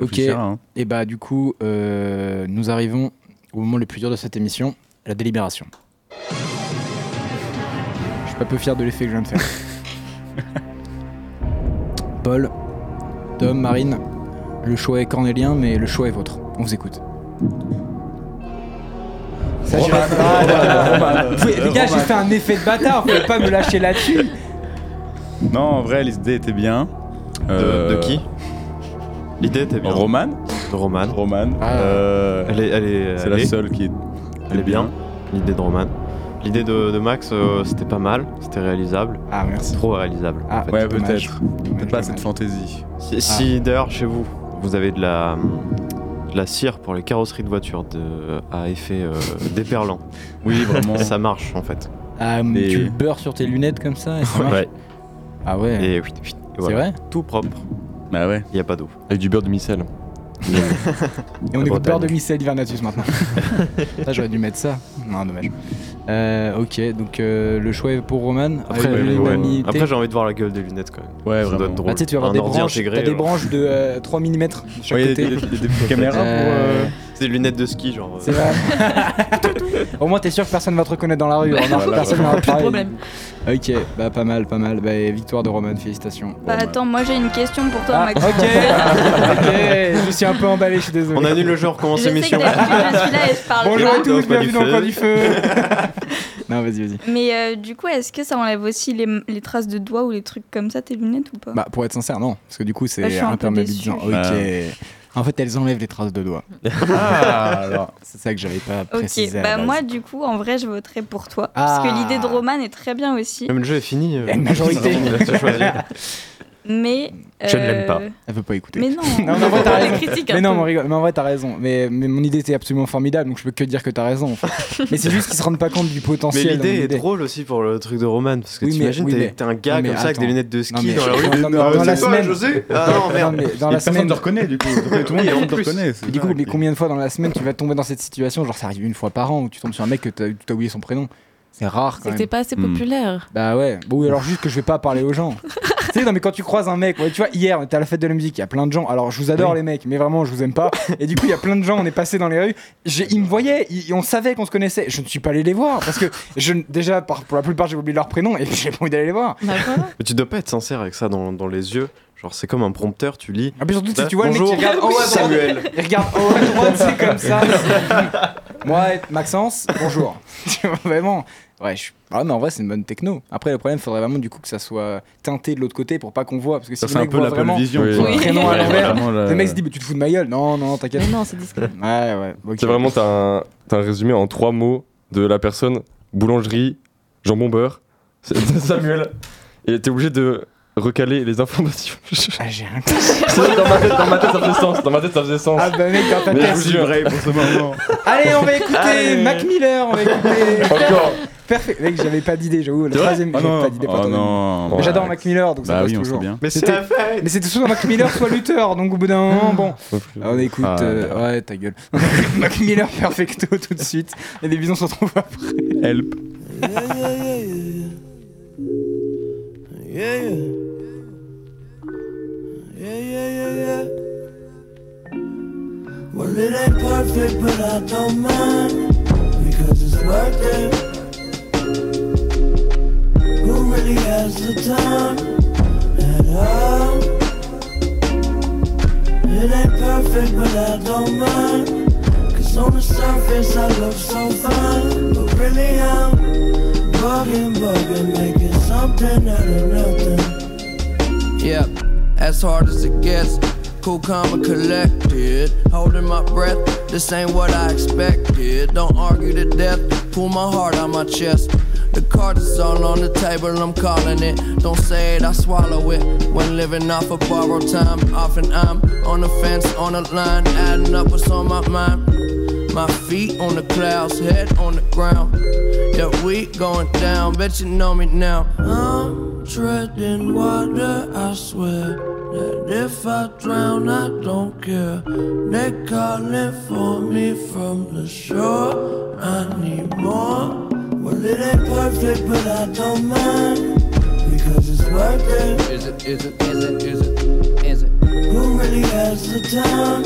S3: Je suis fier, hein.
S1: Et bah du coup, euh, nous arrivons au moment le plus dur de cette émission, la délibération. Je suis pas peu fier de l'effet que je viens de faire. Paul, Tom, Marine, le choix est cornélien, mais le choix est vôtre. On vous écoute. Ça, j'ai- Ah, voilà. Vous pouvez- les gars, j'ai fait un effet de bâtard, vous pouvez pas me lâcher là-dessus.
S3: Non, en vrai, l'idée était bien.
S2: De, de
S3: Euh,
S2: qui L'idée était bien.
S3: Roman
S2: de Roman.
S3: Roman.
S1: Ah.
S3: euh,
S2: Elle est, elle est,
S3: c'est
S2: elle
S3: la
S2: est-
S3: seule qui est.
S2: elle est bien. L'idée de Roman. L'idée de, de Max, euh, c'était pas mal, c'était réalisable,
S1: Ah, merci.
S2: trop réalisable.
S1: Ah, dommage.
S3: Ouais, peut-être.
S1: Dommage,
S3: Peut-être pas
S1: dommage. Ah.
S3: cette fantaisie.
S2: Si, si, d'ailleurs chez vous, vous avez de la, de la cire pour les carrosseries de voitures de, à effet euh, déperlant,
S3: Oui, vraiment.
S2: ça marche en fait.
S1: Ah,
S3: Des-
S1: tu le beurres sur tes lunettes comme ça et ça marche
S8: Ouais.
S1: Ah ouais.
S2: Et, oui, oui,
S1: C'est
S2: voilà.
S1: vrai
S2: Tout propre,
S3: Bah ouais.
S2: il n'y a pas d'eau.
S5: Avec du beurre de micelle.
S1: Et on
S2: La
S1: écoute
S2: Bretagne.
S1: Beurre de Micelle Hivernatus maintenant. ça, j'aurais dû mettre ça. Non, dommage. Euh, ok, donc euh, le choix est pour Roman. Euh,
S2: Après,
S1: Avec
S2: ouais,
S1: l'humanité.
S2: Après j'ai envie de voir la gueule des lunettes quand même.
S3: Ouais,
S2: ça doit
S3: vraiment.
S2: être
S1: Ah,
S2: drôle.
S1: tu sais, tu vas avoir
S2: Un
S1: des
S2: ordi
S1: branches,
S2: intégré,
S1: t'as des
S2: ouais.
S1: branches de euh, 3 mm de chaque
S3: Ouais, il y a
S1: côté.
S3: des, des- des petites caméras pour.
S1: Euh,
S3: euh,
S2: C'est des lunettes de ski genre. euh,
S1: C'est vrai. Au moins, t'es sûr que personne va te reconnaître dans la rue. remarque,
S3: Voilà,
S1: personne
S3: ouais.
S1: n'aura
S7: Plus de
S1: parlé.
S7: problème.
S1: Ok, bah pas mal, pas mal. Bah, et victoire de Roman, félicitations.
S4: Bah
S3: Roman.
S4: attends, moi j'ai une question pour toi,
S1: Ah, ok,
S4: Max.
S1: ok, je suis un peu emballé, je suis désolé.
S2: On annule le jeu, on recommence
S4: Ah, Je sais que
S2: l'émission.
S4: d'habitude, je suis là et je parle
S1: Bonjour
S4: pas.
S1: à tous,
S2: Dans le
S1: bienvenue dans le coin
S2: coin
S1: du
S2: du
S1: feu. non, vas-y, vas-y.
S4: Mais euh, du coup, est-ce que ça enlève aussi les, les traces de doigts ou les trucs comme ça, tes lunettes ou pas
S1: Bah, pour être sincère, non, parce que du coup,
S4: Bah,
S1: c'est
S4: je suis un peu
S1: imperméabilisant.
S4: déçue.
S1: Ok. euh, En fait, elles enlèvent les traces de doigts.
S3: Ah, alors.
S1: C'est ça que j'avais pas précisé.
S4: Ok,
S1: à
S4: bah
S1: la base.
S4: moi du coup, en vrai, je voterai pour toi.
S1: Ah.
S4: Parce que l'idée de Roman est très bien aussi.
S2: Même le jeu est fini. euh,
S1: Il y a une majorité.
S2: tu as choisi.
S4: Mais. euh,
S8: Je ne l'aime
S7: Euh,
S8: pas.
S1: Elle veut pas écouter.
S4: Mais non.
S1: Non, mais en vrai, t'as raison.
S7: Les critiques, un
S4: hein.
S1: Mais non,
S7: peu.
S1: mais on rigole. Mais en vrai, t'as raison. Mais, mais mon idée était absolument formidable, donc je peux que dire que t'as raison. en fait. mais c'est juste qu'ils se rendent pas compte du
S2: Mais
S1: potentiel. de mon
S2: l'idée est
S1: idée.
S2: drôle aussi pour le truc de Roman, parce que
S1: Oui, mais-
S2: t'imagines,
S1: oui,
S2: t'es-
S1: mais-
S2: t'es un gars
S1: mais
S2: comme ça avec
S1: attends.
S2: des lunettes de ski
S1: Non, mais-
S2: dans la rue.
S1: Non, non, dans
S2: Euh,
S1: la
S2: c'est toi,
S1: semaine.
S2: José Ah non,
S1: Non,
S2: merde.
S1: mais dans
S3: Et
S1: la
S3: personne
S1: semaine.
S3: te reconnaît du coup. Tout le
S2: Oui, en
S3: monde te
S2: plus.
S3: reconnaît.
S1: Et
S3: c'est
S1: du
S3: ça.
S1: coup, mais combien de fois dans la semaine tu vas tomber dans cette situation Genre, ça arrive une fois par an où tu tombes sur un mec que t'as t'as oublié son prénom. C'est rare quand
S7: C'est que
S1: même.
S7: t'es pas assez
S3: Hmm.
S7: populaire.
S1: Bah ouais. Bon, alors juste que je vais pas parler aux gens. tu sais, non, mais quand tu croises un mec, ouais, tu vois, hier, on était à la fête de la musique, il y a plein de gens. Alors, je vous adore les mecs, mais vraiment, je vous aime pas. Et du coup, il y a plein de gens, on est passé dans les rues. J'ai- Ils me voyaient, ils- on savait qu'on se connaissait. Je ne suis pas allé les voir parce que je, ne- déjà, par- pour la plupart, j'ai oublié leur prénom et j'ai pas envie d'aller les voir.
S7: Bah voilà.
S2: Mais tu dois pas être sincère avec ça dans, dans les yeux. Genre, c'est comme un prompteur, tu lis.
S1: Ah, puis surtout, si
S2: Bah,
S1: tu vois
S2: bonjour,
S1: le mec qui regarde oh, en haut à droite,
S2: Samuel.
S1: il regarde en haut à droite, c'est comme ça. Moi, Maxence, bonjour. Tu vois, vraiment. Ouais, je suis- Ah, mais en vrai, c'est une bonne techno. Après, le problème, faudrait vraiment du coup que ça soit teinté de l'autre côté pour pas qu'on voit. Parce que si
S3: Ça,
S1: le
S3: c'est un
S1: mec
S3: peu
S1: voit
S3: l'Apple
S1: vraiment-
S3: Vision.
S5: Oui.
S3: quoi.
S1: Oui. Prénom à
S3: Ouais,
S1: l'envers.
S3: vraiment,
S1: Le mec se dit, mais tu te fous de ma gueule. Non, non, t'inquiète.
S7: Mais non, c'est discret.
S1: Ouais, ouais. ok.
S5: C'est vraiment, t'as un, t'as un résumé en trois mots de la personne, boulangerie, jambon beurre, c'est- c'est Samuel. Et t'es obligé de recaler les informations.
S1: Ah, j'ai un
S5: dans, ma tête, dans ma tête, ça faisait sens. Dans ma tête, ça faisait sens.
S1: Ah, bah, mec, dans ta
S5: Mais
S1: tête.
S5: je vous jure.
S3: vrai pour ce moment.
S1: Allez, on va écouter
S5: Allez.
S1: Mac Miller. On va écouter.
S5: Encore.
S1: Parfait. Mec, j'avais pas d'idée, j'avoue. La
S3: C'est vrai
S1: troisième,
S3: Oh
S1: j'avais
S3: non.
S1: pas d'idée.
S3: Oh
S1: pardon.
S3: non.
S1: Mais J'adore
S3: Ouais.
S1: Mac Miller, donc ça
S3: Bah
S1: passe
S3: oui, on sait
S1: toujours.
S3: bien.
S2: Mais c'est
S1: C'était-
S2: la fête
S1: Mais c'était soit Mac Miller, soit Luther, donc au bout d'un moment, bon. On écoute,
S3: Ah.
S1: euh, ouais, ta gueule. Mac Miller Perfecto tout de suite. Et les bisons se retrouvent après.
S3: Help.
S9: Well, it ain't perfect, but I don't mind because it's worth it. Who really has the time at all? It ain't perfect, but I don't mind. Cause on the surface I look so fine, but really I'm bugging, bugging, making something out of nothing. Yeah, as hard as it gets. Cool, calm, and collected. Holding my breath, this ain't what I expected. Don't argue to death, pull my heart out my chest. The card is all on the table, I'm calling it. Don't say it, I swallow it. When living off of borrowed time, often I'm on the fence, on the line, adding up what's on my mind. My feet on the clouds, head on the ground. Yeah, we going down, bet you know me now. I'm treading water, I swear. That if I drown, I don't care. They calling for me from the shore. I need more. Well, it ain't perfect, but I don't mind. Because it's worth it. Is it, is it, is it, is it, is it? Who really has the time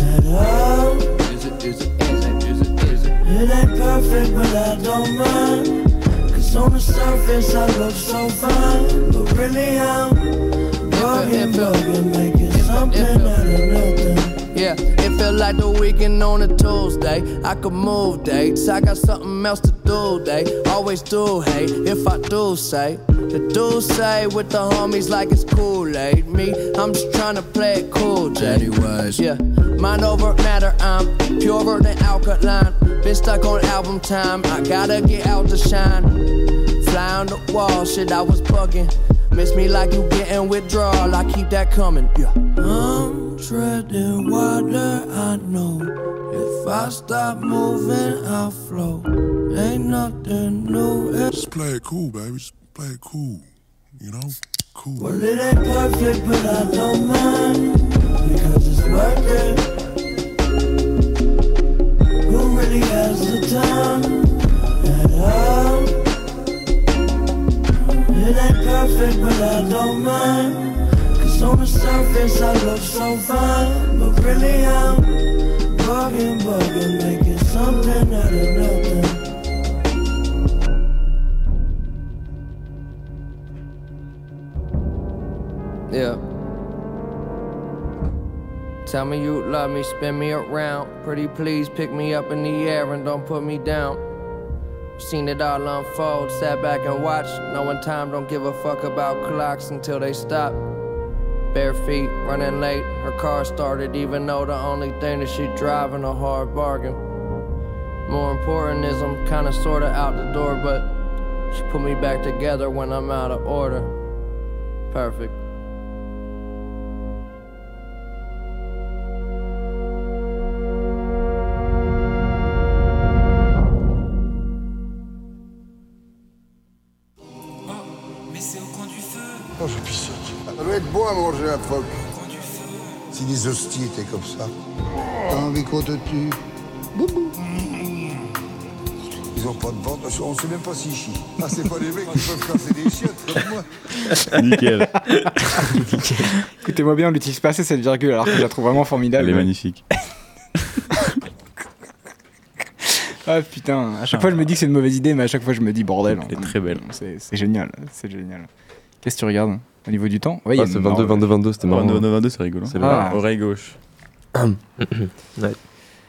S9: at all? Is it, is it, is it, is it, is it? It ain't perfect, but I don't mind. Cause on the surface I look so fine. But really I'm bugging, bugging, making something out of nothing. Yeah, it felt like the weekend on a Tuesday. I could move dates, I got something else to do, they always do, hey, if I do say. The dudes say with the homies like it's Kool-Aid. Me, I'm just trying to play it cool, J. Anyways, yeah. Mind over matter, I'm purer than alkaline. Been stuck on album time, I gotta get out to shine. Fly on the wall, shit, I was bugging. Miss me like you getting withdrawal, I keep that coming, yeah. I'm treading water, I know. If I stop moving, I'll float. Ain't nothing new. Just play it cool, baby. Just play it cool. You know? Cool. Well, it ain't perfect, but I don't mind. Because it's worth it. Who really has the time? at all? It ain't perfect, but I don't mind. Cause on the surface I look so fine. But really I'm bugging, bugging, making something out of nothing. Yeah. Tell me you love me, spin me around. Pretty please pick me up in the air and don't put me down. Seen it all unfold, sat back and watched. Knowing time don't give a fuck about clocks until they stop. Bare feet, running late, her car started, even though the only thing that she driving a hard bargain. More important is I'm kinda sorta out the door, but she put me back together when I'm out of order. Perfect.
S10: Oh, je suis sec. Ça doit être bon à manger la phoque. Si les hosties étaient comme ça. T'as envie qu'on te tue Boubou. Ils ont pas de ventre, on sait même pas s'ils chient. Ah, c'est pas les mecs qui peuvent casser des chiottes comme moi.
S3: Nickel.
S1: Écoutez-moi bien, on l'utilise pas assez cette virgule alors que je la trouve vraiment formidable.
S3: Elle est magnifique.
S1: Ah putain, à chaque fois je me dis que c'est une mauvaise idée, mais à chaque fois je me dis bordel. hein.
S3: Elle est très belle.
S1: C'est c'est génial, c'est génial. Qu'est-ce que tu regardes au niveau du temps ouais, il y a
S5: Ah, c'est
S1: une
S5: 22,
S1: norme.
S5: 22, 22, c'était marrant.
S3: 22, 22, c'est rigolo.
S5: C'est
S1: Ah.
S5: bien.
S3: Oreille gauche.
S1: Ouais,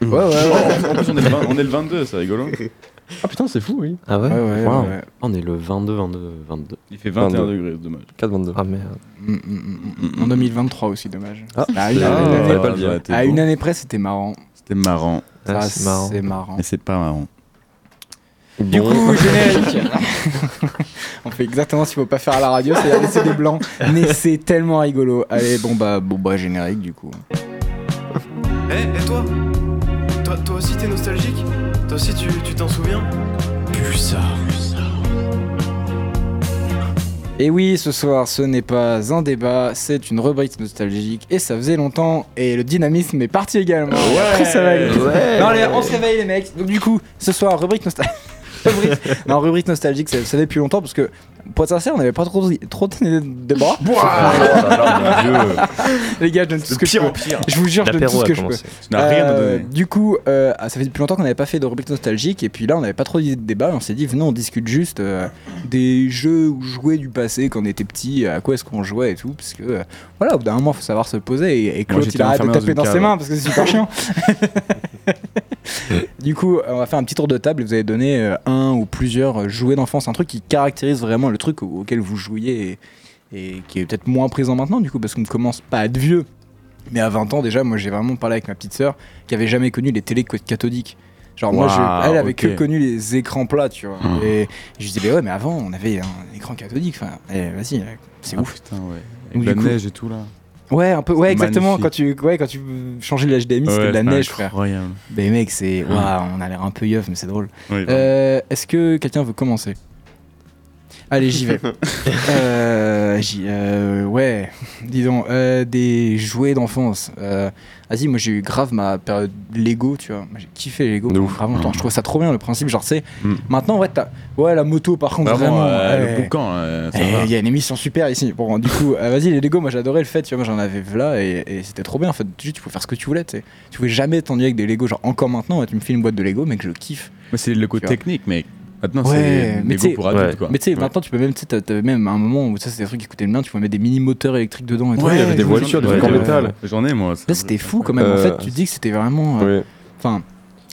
S1: ouais, ouais.
S3: Oh, en plus, on est, le 20 on est le 22, c'est rigolo.
S5: Ah putain, c'est fou, oui.
S2: Ah ouais,
S1: Ouais, ouais,
S5: Wow.
S1: ouais.
S2: On est le 22, 22, 22.
S3: Il fait 21
S5: 22.
S3: degrés, c'est dommage.
S5: 4, 22.
S2: Ah merde.
S1: Mm, mm, mm, mm. En 2023 aussi, dommage.
S5: Ah,
S1: à une,
S5: c'est-
S1: année-
S5: Ah,
S1: année-
S5: pas le dire.
S3: ça aurait été
S1: à
S3: beau.
S1: une année près, c'était marrant.
S3: C'était marrant.
S2: Ah,
S1: Ça,
S2: c'est marrant.
S1: C'est marrant.
S3: Mais c'est pas marrant.
S1: Du coup, générique. On fait exactement ce qu'il faut pas faire à la radio, c'est-à-dire laisser des blancs. Mais c'est tellement rigolo. Allez, bon bah, bon bah, générique du coup.
S11: Eh, eh, toi Toi toi aussi t'es nostalgique Toi aussi tu tu t'en souviens
S1: Et oui, ce soir, ce n'est pas un débat, c'est une rubrique nostalgique et ça faisait longtemps et le dynamisme est parti également. Ouais, Après, ça va aller. Non, allez, on se réveille les mecs. Donc du coup, ce soir, rubrique nostalgique. rubrique... Non, rubrique nostalgique, ça, ça fait depuis longtemps parce que pour être sincère, on n'avait pas trop trop de débats.
S3: Oh
S1: les gars, je donne tout ce que je peux.
S3: pire.
S1: Je vous jure, je donne tout
S8: L'apéro
S1: ce
S8: a
S1: que je peux.
S8: commencé.
S3: Tu n'as rien à
S1: Euh,
S3: donner.
S1: Du coup, euh, ah, ça fait depuis longtemps qu'on n'avait pas fait de rubrique nostalgique, et puis là, on n'avait pas trop d'idées de débat, et on s'est dit, venez, on discute juste euh, des jeux ou jouets du passé quand on était petit, à quoi est-ce qu'on jouait et tout, parce que euh, voilà, au bout d'un moment, faut savoir se poser, et, et Claude,
S3: j'étais
S1: il arrête de
S3: enfermé dans
S1: taper
S3: une
S1: dans, ses
S3: cave.
S1: mains, parce que c'est super chiant. du coup, euh, on va faire un petit tour de table, et vous allez donner euh, un ou plusieurs euh, jouets d'enfance, un truc qui caractérise vraiment le truc au- auquel vous jouiez, et, et qui est peut-être moins présent maintenant, du coup, parce qu'on ne commence pas à être vieux. Mais à 20 ans déjà, moi j'ai vraiment parlé avec ma petite sœur qui avait jamais connu les télés co- cathodiques. Genre moi,
S3: Waouh,
S1: je, elle avait
S3: ok. Hum.
S1: que connu les écrans plats, tu vois. Et je disais, mais ouais, mais avant on avait un écran cathodique. Enfin, eh, vas-y, c'est
S3: Ah,
S1: ouf.
S3: putain, ouais. Avec
S1: Donc,
S3: la
S1: du coup-
S3: neige et tout là.
S1: Ouais, un peu, ouais,
S3: Magnifique.
S1: exactement. Quand tu, ouais, quand tu changeais l'âge d'amis, c'était de la neige, frère.
S3: Incroyable. Ah.
S1: Mais mec, c'est, waouh, on a l'air un peu yeuf, mais c'est drôle.
S3: Oui, bah.
S1: Euh, Est-ce que quelqu'un veut commencer Allez, j'y vais. Euh, j'y- euh, ouais, dis donc, euh, des jouets d'enfance. Euh, Vas-y, moi j'ai eu grave ma période Lego, tu vois. Moi, J'ai kiffé les Lego
S5: De
S1: pendant
S5: ouf.
S1: grave longtemps. Je trouve ça trop bien le principe. Genre, c'est
S3: Mm.
S1: maintenant, ouais, t'as- ouais, la moto par contre,
S3: Vraiment,
S1: vraiment.
S3: euh,
S1: ouais.
S3: le boucan, euh, ça
S1: Eh,
S3: va.
S1: Il y a une émission super ici. Bon, du coup, euh, vas-y, les Lego, moi j'adorais le fait, tu vois, moi j'en avais là et, et c'était trop bien. En fait, tu, tu pouvais faire ce que tu voulais, tu sais. Tu pouvais jamais t'ennuyer avec des Lego. Genre, encore maintenant, ouais, tu me files une boîte de Lego, mec, je kiffe.
S3: Mais c'est le
S1: Tu
S3: côté
S1: vois.
S3: technique, mec. Maintenant,
S1: Ouais,
S3: c'est
S1: mais
S3: les
S1: tu sais-
S3: goûts pour adultes,
S8: Ouais.
S3: quoi.
S1: Mais tu sais,
S3: Ouais.
S1: maintenant, tu peux même, tu sais, t'as- t'avais même un moment où ça, c'est des trucs qui coûtaient le bien, tu pouvais mettre des mini moteurs électriques dedans et tout.
S5: Ouais, il y avait des
S1: Là,
S3: j'en-
S5: voitures, des
S3: ouais,
S5: trucs en
S3: ouais.
S5: métal.
S3: J'en ai, moi. ça.
S1: c'était fou quand même. En
S5: Euh,
S1: fait, tu te dis que c'était vraiment. euh,
S5: Oui.
S1: Enfin,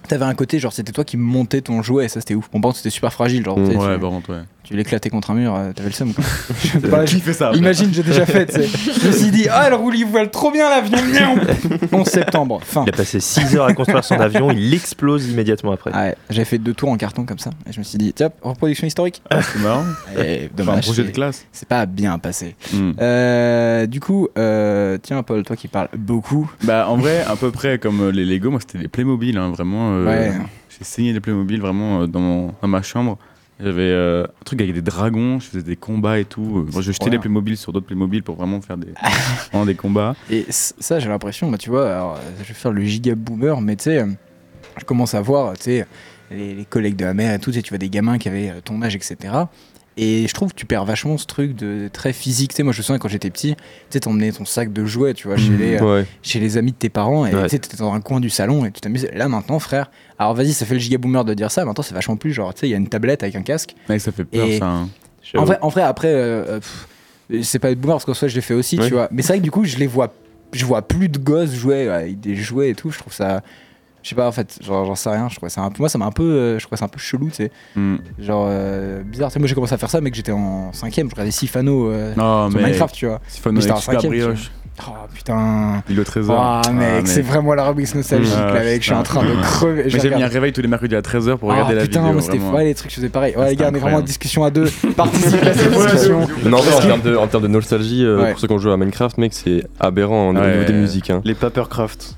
S1: t'avais un côté, genre, c'était toi qui montais ton jouet, et ça, c'était ouf. Bon, par contre, c'était super fragile, genre, tu sais,
S3: Mm. Ouais,
S1: tu-
S3: par contre, ouais.
S1: Tu l'éclatais contre un mur, euh, t'avais le seum. quoi. Je sais
S2: Euh,
S1: pas,
S2: qui
S1: je-
S2: fait ça, après
S1: Imagine, j'ai déjà fait. tu sais. Je me suis dit, ah, elle roule, il voile trop bien l'avion. miaou 11 septembre, fin.
S8: Il a passé 6 heures à construire son avion, il l'explose immédiatement après.
S1: Ah Ouais, j'avais fait deux tours en carton comme ça. Et je me suis dit, tiens, reproduction historique.
S3: Ah,
S1: Ah,
S3: C'est marrant.
S1: Et
S3: Enfin, un
S1: Eh, dommage.
S3: projet de
S1: c'est-
S3: classe.
S1: C'est pas bien passé.
S3: Hmm.
S1: Euh, du coup, euh, tiens, Paul, toi qui parles beaucoup.
S3: Bah, en vrai, à peu près comme euh, les Lego, moi c'était des Playmobil, hein, vraiment. euh,
S1: Ouais.
S3: J'ai saigné des Playmobil vraiment euh, dans, mon- dans ma chambre. J'avais euh, un truc avec des dragons, je faisais des combats et tout. Euh, moi,
S1: trop
S3: je jetais les
S1: bien.
S3: Playmobil sur d'autres Playmobil pour vraiment faire des, vraiment des combats.
S1: Et c- ça, j'ai l'impression, bah, tu vois, alors, euh, je vais faire le giga boomer, mais tu sais, euh, je commence à voir, tu sais, les, les collègues de la mère et tout, tu sais, tu vois des gamins qui avaient euh, ton âge, etc. Et je trouve que tu perds vachement ce truc de très physique. Tu sais, moi, je me souviens quand j'étais petit, tu sais, t'emmenais ton sac de jouets, tu vois, chez,
S5: Mhm.
S1: les, euh,
S5: Ouais.
S1: chez les amis de tes parents, et
S5: Ouais.
S1: tu sais, t'étais dans un coin du salon et tu t'amusais. Là, maintenant, frère, alors vas-y, ça fait le giga boomer de dire ça, maintenant, c'est vachement plus genre, tu sais, il y a une tablette avec un casque.
S3: Ouais, ça fait peur,
S1: Et-
S3: ça. hein.
S1: En vrai, en vrai, après, euh, euh, pff, c'est pas être boomer parce qu'en soi, je l'ai fait aussi,
S3: Oui.
S1: tu vois. Mais c'est vrai que du coup, je les vois, je vois plus de gosses jouer avec des jouets et tout. Je trouve ça, je sais pas, en fait, genre, j'en sais rien. Je crois ça, un peu- moi, ça m'a un peu, euh, je crois c'est un peu chelou, tu sais.
S3: Hmm.
S1: Genre euh, bizarre. Tu sais, moi, j'ai commencé à faire ça, mais que j'étais en cinquième. Je regardais Sifano euh,
S3: Oh,
S1: sur
S3: mais
S1: Minecraft, tu vois.
S3: Sifano
S1: Mais j'étais
S3: est
S1: en
S3: super
S1: cinquième, tu vois.
S3: brioche.
S1: Oh putain.
S3: Il est au trésor. Ah,
S1: Ah, mec, c'est vraiment la rubrique nostalgique, là, mec. Je suis en train de crever. Je
S3: J'ai mis un
S1: regarde.
S3: réveil tous les mercredis à 13h pour regarder
S1: Ah,
S3: la
S1: putain,
S3: vidéo.
S1: moi, c'était
S3: vraiment.
S1: ouais, les trucs, je faisais pareil. Ouais, les gars, on est vraiment en
S3: incroyable.
S1: discussion à deux. Participez à cette discussion.
S5: Non, en vrai, en termes de, en termes de nostalgie, euh,
S1: Ouais.
S5: pour ceux qui ont joué à Minecraft, mec, c'est aberrant au
S3: Ouais.
S5: niveau des musiques. Hein.
S2: Les Papercraft.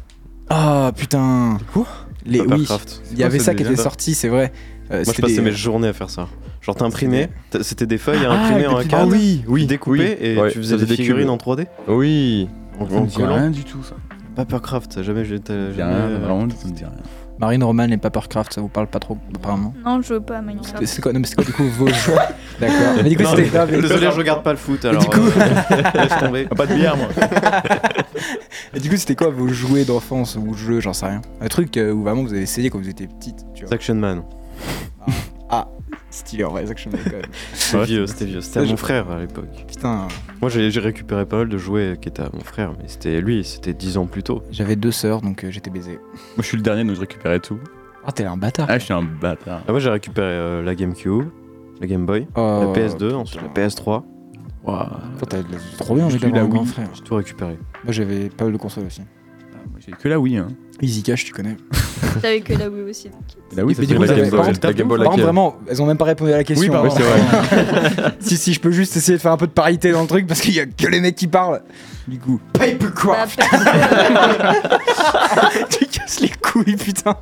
S1: Ah putain.
S2: Quoi
S1: Les oui.
S2: Papercraft.
S1: Il y
S2: C'est
S1: avait
S2: quoi,
S1: ça
S2: c'est
S1: qui
S2: des
S1: était
S2: liens
S1: sorti, c'est vrai. Euh,
S2: Moi, je
S1: c'était
S2: passais
S1: des-
S2: mes journées à faire ça. Genre, t'imprimais, t'a- c'était des feuilles à
S1: Ah,
S2: imprimer
S1: avec
S2: en
S1: des
S2: cadre.
S1: petits- ah oui,
S2: oui. Découpées et
S5: Ouais,
S2: tu
S5: ça
S2: faisais des,
S5: faisait des
S2: figurines
S5: cubes.
S2: en 3D.
S5: Oui.
S2: En,
S3: Ça me
S2: en
S3: dit
S1: hein.
S2: collant.
S3: rien du tout, ça.
S2: Papercraft, t'as jamais. j'ai- t'as
S3: Ça me dit
S2: jamais,
S3: rien,
S2: euh,
S3: Vraiment, ça me dit rien.
S1: Marine Roman et Papercraft, ça vous parle pas trop apparemment.
S4: Non, je joue pas à Minecraft.
S1: C'est- C'est quoi, non, mais c'est quoi du coup vos choix D'accord. Ah, Mais du coup
S2: Non,
S1: c'était
S2: mais-
S1: grave.
S2: Désolé, je regarde pas le foot,
S1: Et
S2: alors,
S1: Du coup,
S2: euh, laisse tomber. Ah, pas de bière, moi.
S1: et du coup c'était quoi vos jouets d'enfance ou jeux, j'en sais rien. Un truc euh, où vraiment vous avez essayé quand vous étiez petite. Tu vois.
S2: Action Man.
S1: Ah, stylé en vrai, Action Man quand même.
S2: C'était vieux, c'était vieux. C'était à
S1: Je-
S2: mon frère à l'époque.
S1: Putain.
S2: Moi, j'ai j'ai récupéré pas mal de jouets qui étaient à mon frère, mais c'était lui, c'était 10 ans plus tôt.
S1: J'avais deux sœurs donc euh, j'étais baisé.
S3: Moi, je suis le dernier, donc je récupérais tout.
S1: Ah t'es un bâtard.
S3: Ah, je suis un bâtard.
S2: Ah, moi, j'ai récupéré euh, la GameCube, la Game Boy, la
S1: Euh,
S2: PS2, ensuite la PS3.
S3: Waouh.
S1: Toi, t'as trop bien envie
S3: J'ai eu
S1: d'avoir un
S3: la
S1: grand
S3: Wii.
S1: hein, frère.
S2: J'ai tout récupéré. Ah,
S1: Moi j'avais pas mal de consoles aussi.
S3: J'ai que la Wii. Hein.
S1: Easy Cash, tu connais.
S4: J'avais que la Wii aussi.
S3: La Wii,
S1: Et puis,
S3: Bah ça
S1: du
S3: fait
S1: coup, vous
S3: la Game
S1: avez-
S3: Boy.
S1: par contre,
S3: La Game Boy
S1: par contre,
S3: laquelle
S1: vraiment, elles ont même pas répondu à la question.
S3: euh, Oui, pardon.
S1: hein. si, si, je peux juste essayer de faire un peu de parité dans le truc parce qu'il y a que les mecs qui parlent. Du coup, Papercraft. tu casses les couilles, putain.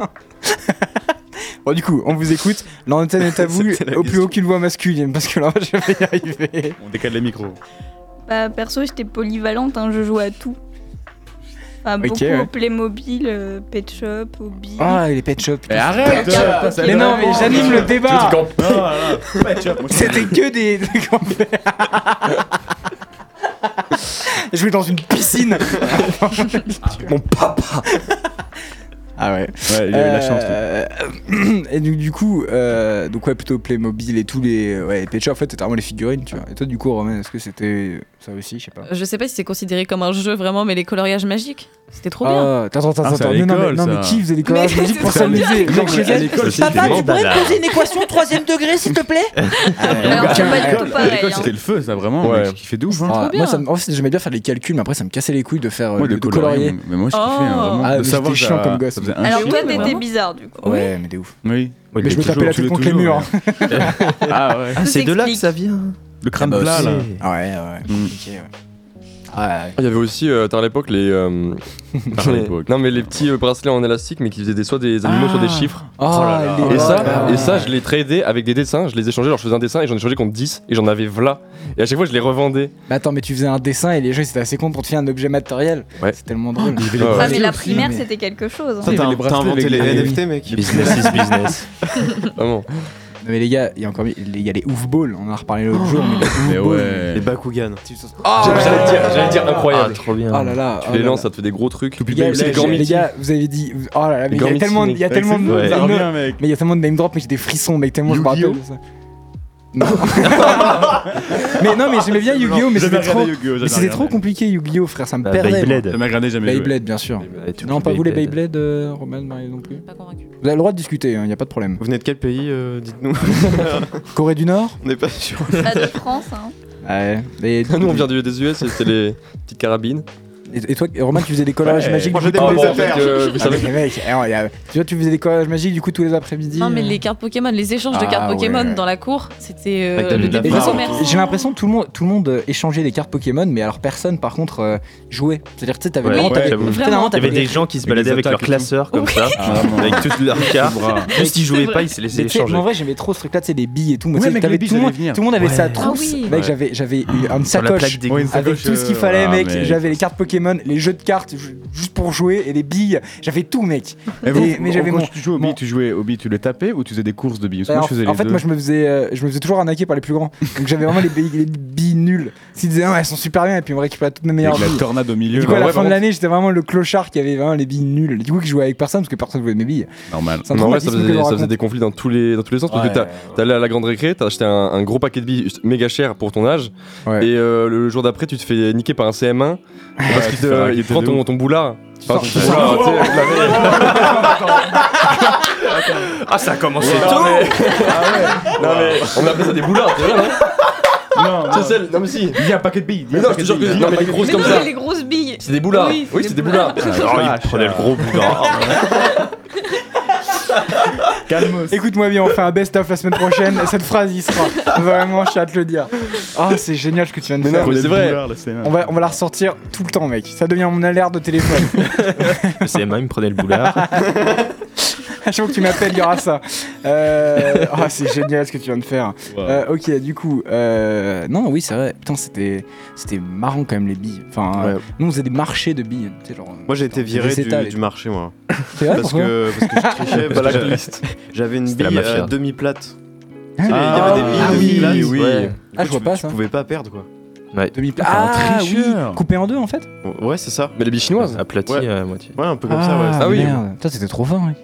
S1: bon, du coup, on vous écoute. L'antenne est à vous,
S2: C'était la
S1: au plus
S2: question.
S1: aucune voix masculine parce que là, je vais y arriver.
S3: On décale les micros.
S4: Bah, perso, j'étais polyvalente, hein, je jouais à tout. Enfin,
S1: Ok,
S4: beaucoup
S1: ouais.
S4: au Playmobil, euh, Pet Shop, au Bill.
S1: Ah, les pet shops. putain,
S3: Mais
S1: c'est
S3: arrête,
S1: pet shop.
S3: euh, ça
S1: Mais
S3: va
S1: non, mais
S3: vraiment,
S1: j'anime
S3: là.
S1: le débat.
S3: Tu veux qu'on- Non, non, non, pet shop, moi, je-
S1: C'était que des. des campeurs. Je vais dans une piscine. Mon papa. Ah ouais.
S3: Ouais, il a eu la chance. lui.
S1: Euh, et donc, du coup, euh, donc ouais, plutôt Playmobil et tous les. Ouais, Pet Shop, en fait, c'était vraiment les figurines, tu vois. Et toi, du coup, Romain, est-ce que c'était ça aussi Je sais pas.
S7: Je sais pas si c'est considéré comme un jeu vraiment, mais les coloriages magiques, c'était trop bien.
S1: Ah, attends, attends,
S3: Ah, c'est à
S1: attends. Non, non, mais,
S3: l'école,
S1: non, mais
S3: ça.
S1: qui faisait des
S7: Mais
S1: collages magiques
S7: c'est
S1: pour
S7: trop bien.
S1: s'amuser
S3: Non,
S1: Genre chez
S3: mais à
S1: elle
S3: l'école, c'était
S12: Papa, tu
S3: vraiment-
S12: pourrais
S8: Mandala.
S12: me poser une équation troisième degré, s'il te plaît
S1: Ah,
S4: Alors, c'est
S1: euh,
S4: pas du tout
S3: À
S4: pareil.
S3: l'école,
S4: hein.
S3: c'était le feu, ça vraiment.
S5: Ouais.
S3: Ouais. Je kiffais de ouf. hein.
S1: Ah,
S7: trop
S1: moi,
S7: bien.
S1: ça me- en fait, j'aimais bien faire les calculs, mais après, ça me cassait les couilles de faire. euh,
S3: Moi,
S1: de,
S3: de
S1: de colorier.
S3: colorier. Mais moi, je kiffais
S7: Oh.
S3: hein, vraiment.
S1: Ah, mais
S3: de
S1: j'étais
S3: savoir que
S1: chiant
S3: ça-
S1: comme gosse.
S3: Ça faisait un
S4: Alors,
S3: chiant,
S4: toi,
S3: mais
S4: t'étais
S3: vraiment.
S4: bizarre du coup.
S1: Ouais, mais des ouf.
S3: Oui.
S1: Mais je me tapais la tête contre les murs. hein.
S3: Ah ouais.
S4: Tout
S8: C'est de là que
S4: s'explique.
S8: ça vient.
S3: Le crâne
S1: Ah bah
S3: plat, là.
S1: aussi. Ouais, ouais.
S3: Mm.
S1: compliqué, ouais. Ah, ouais.
S5: Il y avait aussi, euh, tard à l'époque, les. euh,
S3: Par
S5: les-
S3: l'époque.
S5: Non, mais les petits euh, bracelets en élastique, mais qui faisaient des, soit des animaux, soit des chiffres.
S3: Oh
S1: Ah, les-
S5: Et ça,
S1: Ah.
S5: et ça, je les tradais avec des dessins, je les échangeais, genre je faisais un dessin et j'en échangeais contre 10 et j'en avais v'là. Et à chaque fois, je les revendais.
S1: hein. Mais attends, mais tu faisais un dessin et les gens ils étaient assez contents pour te faire un objet matériel.
S5: Ouais.
S1: C'est tellement
S5: les
S1: drôle.
S4: Ah, mais
S5: bracelets
S4: la primaire, c'était quelque chose. hein.
S2: T'as
S3: avait les
S2: t'as
S3: bracelets
S2: inventé
S3: avec
S2: les
S3: des-
S2: NFT, mec.
S8: Business is business.
S5: Vraiment.
S1: Non, mais les gars, il y a encore il y a les ouf balls, on en a reparlé l'autre jour. Mais les ouf
S3: Mais
S1: balls.
S3: ouais.
S2: Les Bakugan.
S5: J'allais dire, j'allais dire
S8: Ah,
S5: incroyable.
S8: trop bien.
S1: Oh là là.
S5: Tu
S1: oh
S5: les
S1: là
S5: lances,
S1: là.
S5: ça te fait des gros trucs.
S1: les gars,
S5: C'est
S1: les,
S5: les grands
S1: les
S5: mythiques.
S1: gars, vous avez dit. Oh là là, mais il y a
S5: Gormiti,
S1: tellement, il y a
S5: mec.
S1: tellement de.
S3: Ouais,
S1: il y a tellement-
S3: ça revient, mec.
S1: Mais il y a tellement de name drop, mais j'ai des frissons, mec, tellement je me rappelle de ça. Non. mais non, mais j'aimais bien Yu-Gi-Oh, mais
S3: Jamais
S1: c'était trop,
S3: regardé Yu-Gi-oh,
S1: mais
S3: jamais
S1: c'était trop
S3: regardé.
S1: compliqué Yu-Gi-Oh, frère, ça me
S3: Bah,
S1: perdait.
S3: Beyblade.
S1: moi.
S3: Jamais regardé, jamais joué.
S1: Beyblade, bien
S2: Eh
S1: sûr.
S2: ben,
S3: Beyblade, tout
S1: non,
S3: petit
S1: pas vous les
S3: Beyblade.
S1: Beyblade, euh, Roman, Marie non plus. Vous avez le droit de discuter, il n'y a pas de problème.
S2: Vous venez de quel pays, euh, dites-nous
S1: Corée du Nord
S2: On n'est pas sûr.
S4: Pas de France, hein.
S1: Ouais. Et...
S5: Ah, Nous, on vient du- des US, c'était les petites carabines.
S1: Et, et toi, Romain, tu faisais des collages
S5: Ouais.
S1: magiques
S5: Moi, j'ai
S1: du coup,
S5: des
S1: tous les
S5: collages
S1: après-
S5: avec, euh, vous
S1: Ah,
S5: savez-
S1: mais mec, alors, il y a- tu vois, tu faisais des collages magiques du coup tous les après-midi.
S7: Non, mais
S1: euh.
S7: les cartes Pokémon, les échanges de
S1: Ah,
S7: cartes Pokémon
S1: ouais.
S7: dans la cour, c'était euh,
S1: Et de-
S7: le début
S1: et de-
S7: du commerce.
S1: J'ai l'impression que tout le monde, tout le monde euh, échangeait des cartes Pokémon, mais alors personne par contre euh, jouait. C'est-à-dire, tu sais, t'avais vraiment- t'avais-
S8: j'avoue.
S1: t'avais vraiment-
S8: il y avait
S1: t'avais
S8: des gens qui se
S1: Avec
S8: baladaient
S1: des
S8: avec
S1: attaques
S8: leurs
S1: et tout.
S8: classeurs comme ça,
S1: Ah, vraiment.
S8: avec toutes leurs cartes. Juste ils jouaient pas, ils se laissaient
S1: Mais tu sais,
S8: échanger.
S1: En vrai, j'aimais trop ce truc-là, tu sais, les billes et tout. Moi,
S8: Ouais,
S1: tu sais,
S8: mec,
S1: t'avais
S8: les billes,
S1: tout, le
S8: j'allais
S1: monde-
S8: venir.
S1: tout le monde avait
S8: Ouais.
S1: sa
S8: Ah
S1: trousse.
S8: oui.
S1: Mec,
S8: Ouais.
S1: j'avais, j'avais
S3: Mmh.
S1: une, une
S8: Sur la
S1: sacoche
S8: plaque d'égout. Ouais, une
S1: avec
S8: sacoche,
S1: tout ce qu'il
S8: euh,
S1: fallait,
S8: ah,
S1: mec.
S8: mec.
S1: J'avais les cartes Pokémon, les jeux de cartes ju- juste pour jouer et les billes. J'avais tout, mec.
S3: Mais,
S1: Et-
S3: bon,
S1: mais
S3: en
S1: j'avais
S3: gros,
S1: mon-
S3: tu jouais au billes, tu jouais au billes, tu les tapais ou tu faisais des courses de billes Parce que
S1: Alors,
S3: moi, je faisais
S1: en
S3: les
S1: fait,
S3: deux.
S1: moi je me faisais, euh, je me faisais toujours arnaquer par les plus grands. Donc j'avais vraiment les billes, les billes nulles. S'ils disaient non, elles sont super bien, et puis on récupérait toutes mes meilleures
S3: Avec la
S1: billes.
S3: tornade au milieu.
S1: Et Du coup, à
S3: Bah
S1: la
S3: ouais,
S1: fin
S3: par
S1: de
S3: contre-
S1: l'année, j'étais vraiment le clochard qui avait vraiment les billes nulles. Du coup, que je jouais avec personne parce que personne voulait mes billes.
S3: Normal.
S1: C'est un
S5: Mais en vrai, ça
S1: traumatisme que
S5: faisait,
S1: je
S5: ça
S1: raconte.
S5: faisait des conflits dans tous les, dans tous les sens. parce
S1: Ouais.
S5: que t'as- t'allais à la grande récré, t'as acheté un, un gros paquet de billes juste méga cher pour ton âge. Et euh, le jour d'après, tu te fais niquer par un CM1 parce qu'il
S3: tu te fais
S5: te-
S3: raqueter
S5: il prend
S3: de
S5: ton,
S3: ouf.
S5: ton boulard. Enfin,
S3: sors-
S5: ton
S3: tu
S5: boulard,
S3: sors-
S5: tu sais, Oh. la veille.
S8: Ah, ça a commencé
S5: Ouais,
S8: tôt
S5: non, mais- Ah Non, mais on appelait ça des boulards, t'es là, non Non, celle, non mais si
S3: Il y a un paquet de billes
S5: Mais non, je te jure que non, mais les grosses
S7: Mais
S5: comme
S7: non,
S5: ça
S7: mais les grosses billes.
S5: C'est des boulards
S7: Oui,
S5: Oui, c'est des boulards
S8: Ah, il prenait le gros boudin.
S1: Écoute-moi bien, on fait un best-of la semaine prochaine. et cette phrase y sera. Vraiment, je suis à te le dire. Ah, c'est génial ce que tu viens de
S5: Mais non,
S1: faire.
S5: mais c'est vrai
S1: On va, on va la ressortir tout le temps, mec. Ça devient mon alerte de téléphone.
S8: Le CM1, il me prenait le boulard.
S1: À chaque fois que tu m'appelles, il y aura ça. Euh, oh, c'est génial ce que tu viens de faire.
S8: Wow.
S1: Euh, ok, du coup, euh, non, oui, c'est vrai. Putain, c'était, c'était marrant quand même les billes. Enfin, euh,
S2: Ouais.
S1: nous, on faisait des marchés de billes. tu sais, genre,
S2: Moi j'ai été
S1: genre,
S2: viré
S1: des étals
S2: du,
S1: et
S2: du
S1: tout.
S2: marché moi.
S1: C'est vrai,
S2: parce,
S1: pourquoi
S2: que, parce que je trichais, parce que j'avais-
S5: Blacklist.
S2: j'avais une
S5: C'était la
S2: bille
S5: mafia.
S2: euh, demi-plate.
S1: Ah,
S2: Tu sais, Il y avait des billes
S1: ah
S2: demi-plates.
S1: oui,
S2: ouais.
S1: ouais.
S2: Du
S1: Ah,
S2: coup,
S1: je vois
S2: tu-
S1: pas
S2: Tu
S1: ça.
S2: pouvais pas perdre quoi.
S1: Demi
S2: Ah,
S1: ah,
S2: un
S1: oui, coupé en deux en fait.
S2: Ouais, c'est ça. euh,
S5: Mais les billes chinoises
S8: Aplati
S2: Ouais.
S8: à moitié.
S2: Ouais, un peu comme ça, ouais.
S1: Ah, merde. Putain, c'était trop fort. ouais.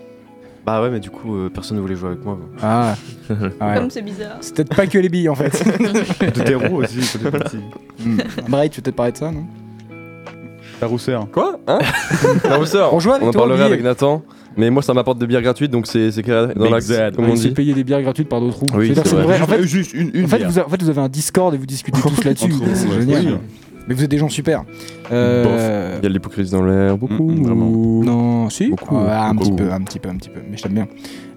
S2: Bah ouais, mais du coup, euh, personne ne voulait jouer avec moi.
S1: Ah. Ah ouais.
S4: Comme c'est bizarre.
S1: C'est peut-être pas que les billes en fait.
S3: De tes roues aussi, quand t'es petit.
S1: Hmm. Bright, tu veux peut-être parler de ça, non
S3: La rousseur.
S5: Quoi Hein La rousseur
S1: On joue avec
S5: en
S1: toi,
S5: parlerait
S1: Olivier.
S5: avec Nathan, mais moi ça m'apporte des bières gratuites donc c'est c'est carré- dans la
S3: Exact.
S5: comme on
S1: Il s'est
S5: dit.
S1: payé des bières gratuites par d'autres roues.
S5: Oui,
S1: C'est-à-dire
S5: c'est
S1: que
S5: vrai.
S1: En fait,
S3: Juste une, une
S1: En fait,
S3: bière.
S1: vous, en fait, vous avez un Discord et vous discutez tous là-dessus.
S3: Entre
S1: C'est
S3: vous, ouais.
S1: génial.
S3: Oui.
S1: Mais vous êtes des gens super. Euh,
S5: Il y a de l'hypocrisie dans l'air, beaucoup.
S3: Mm,
S1: Non, si.
S5: Beaucoup,
S1: Ouais, un
S5: beaucoup.
S1: petit peu, un petit peu, un petit peu. Mais je t'aime bien.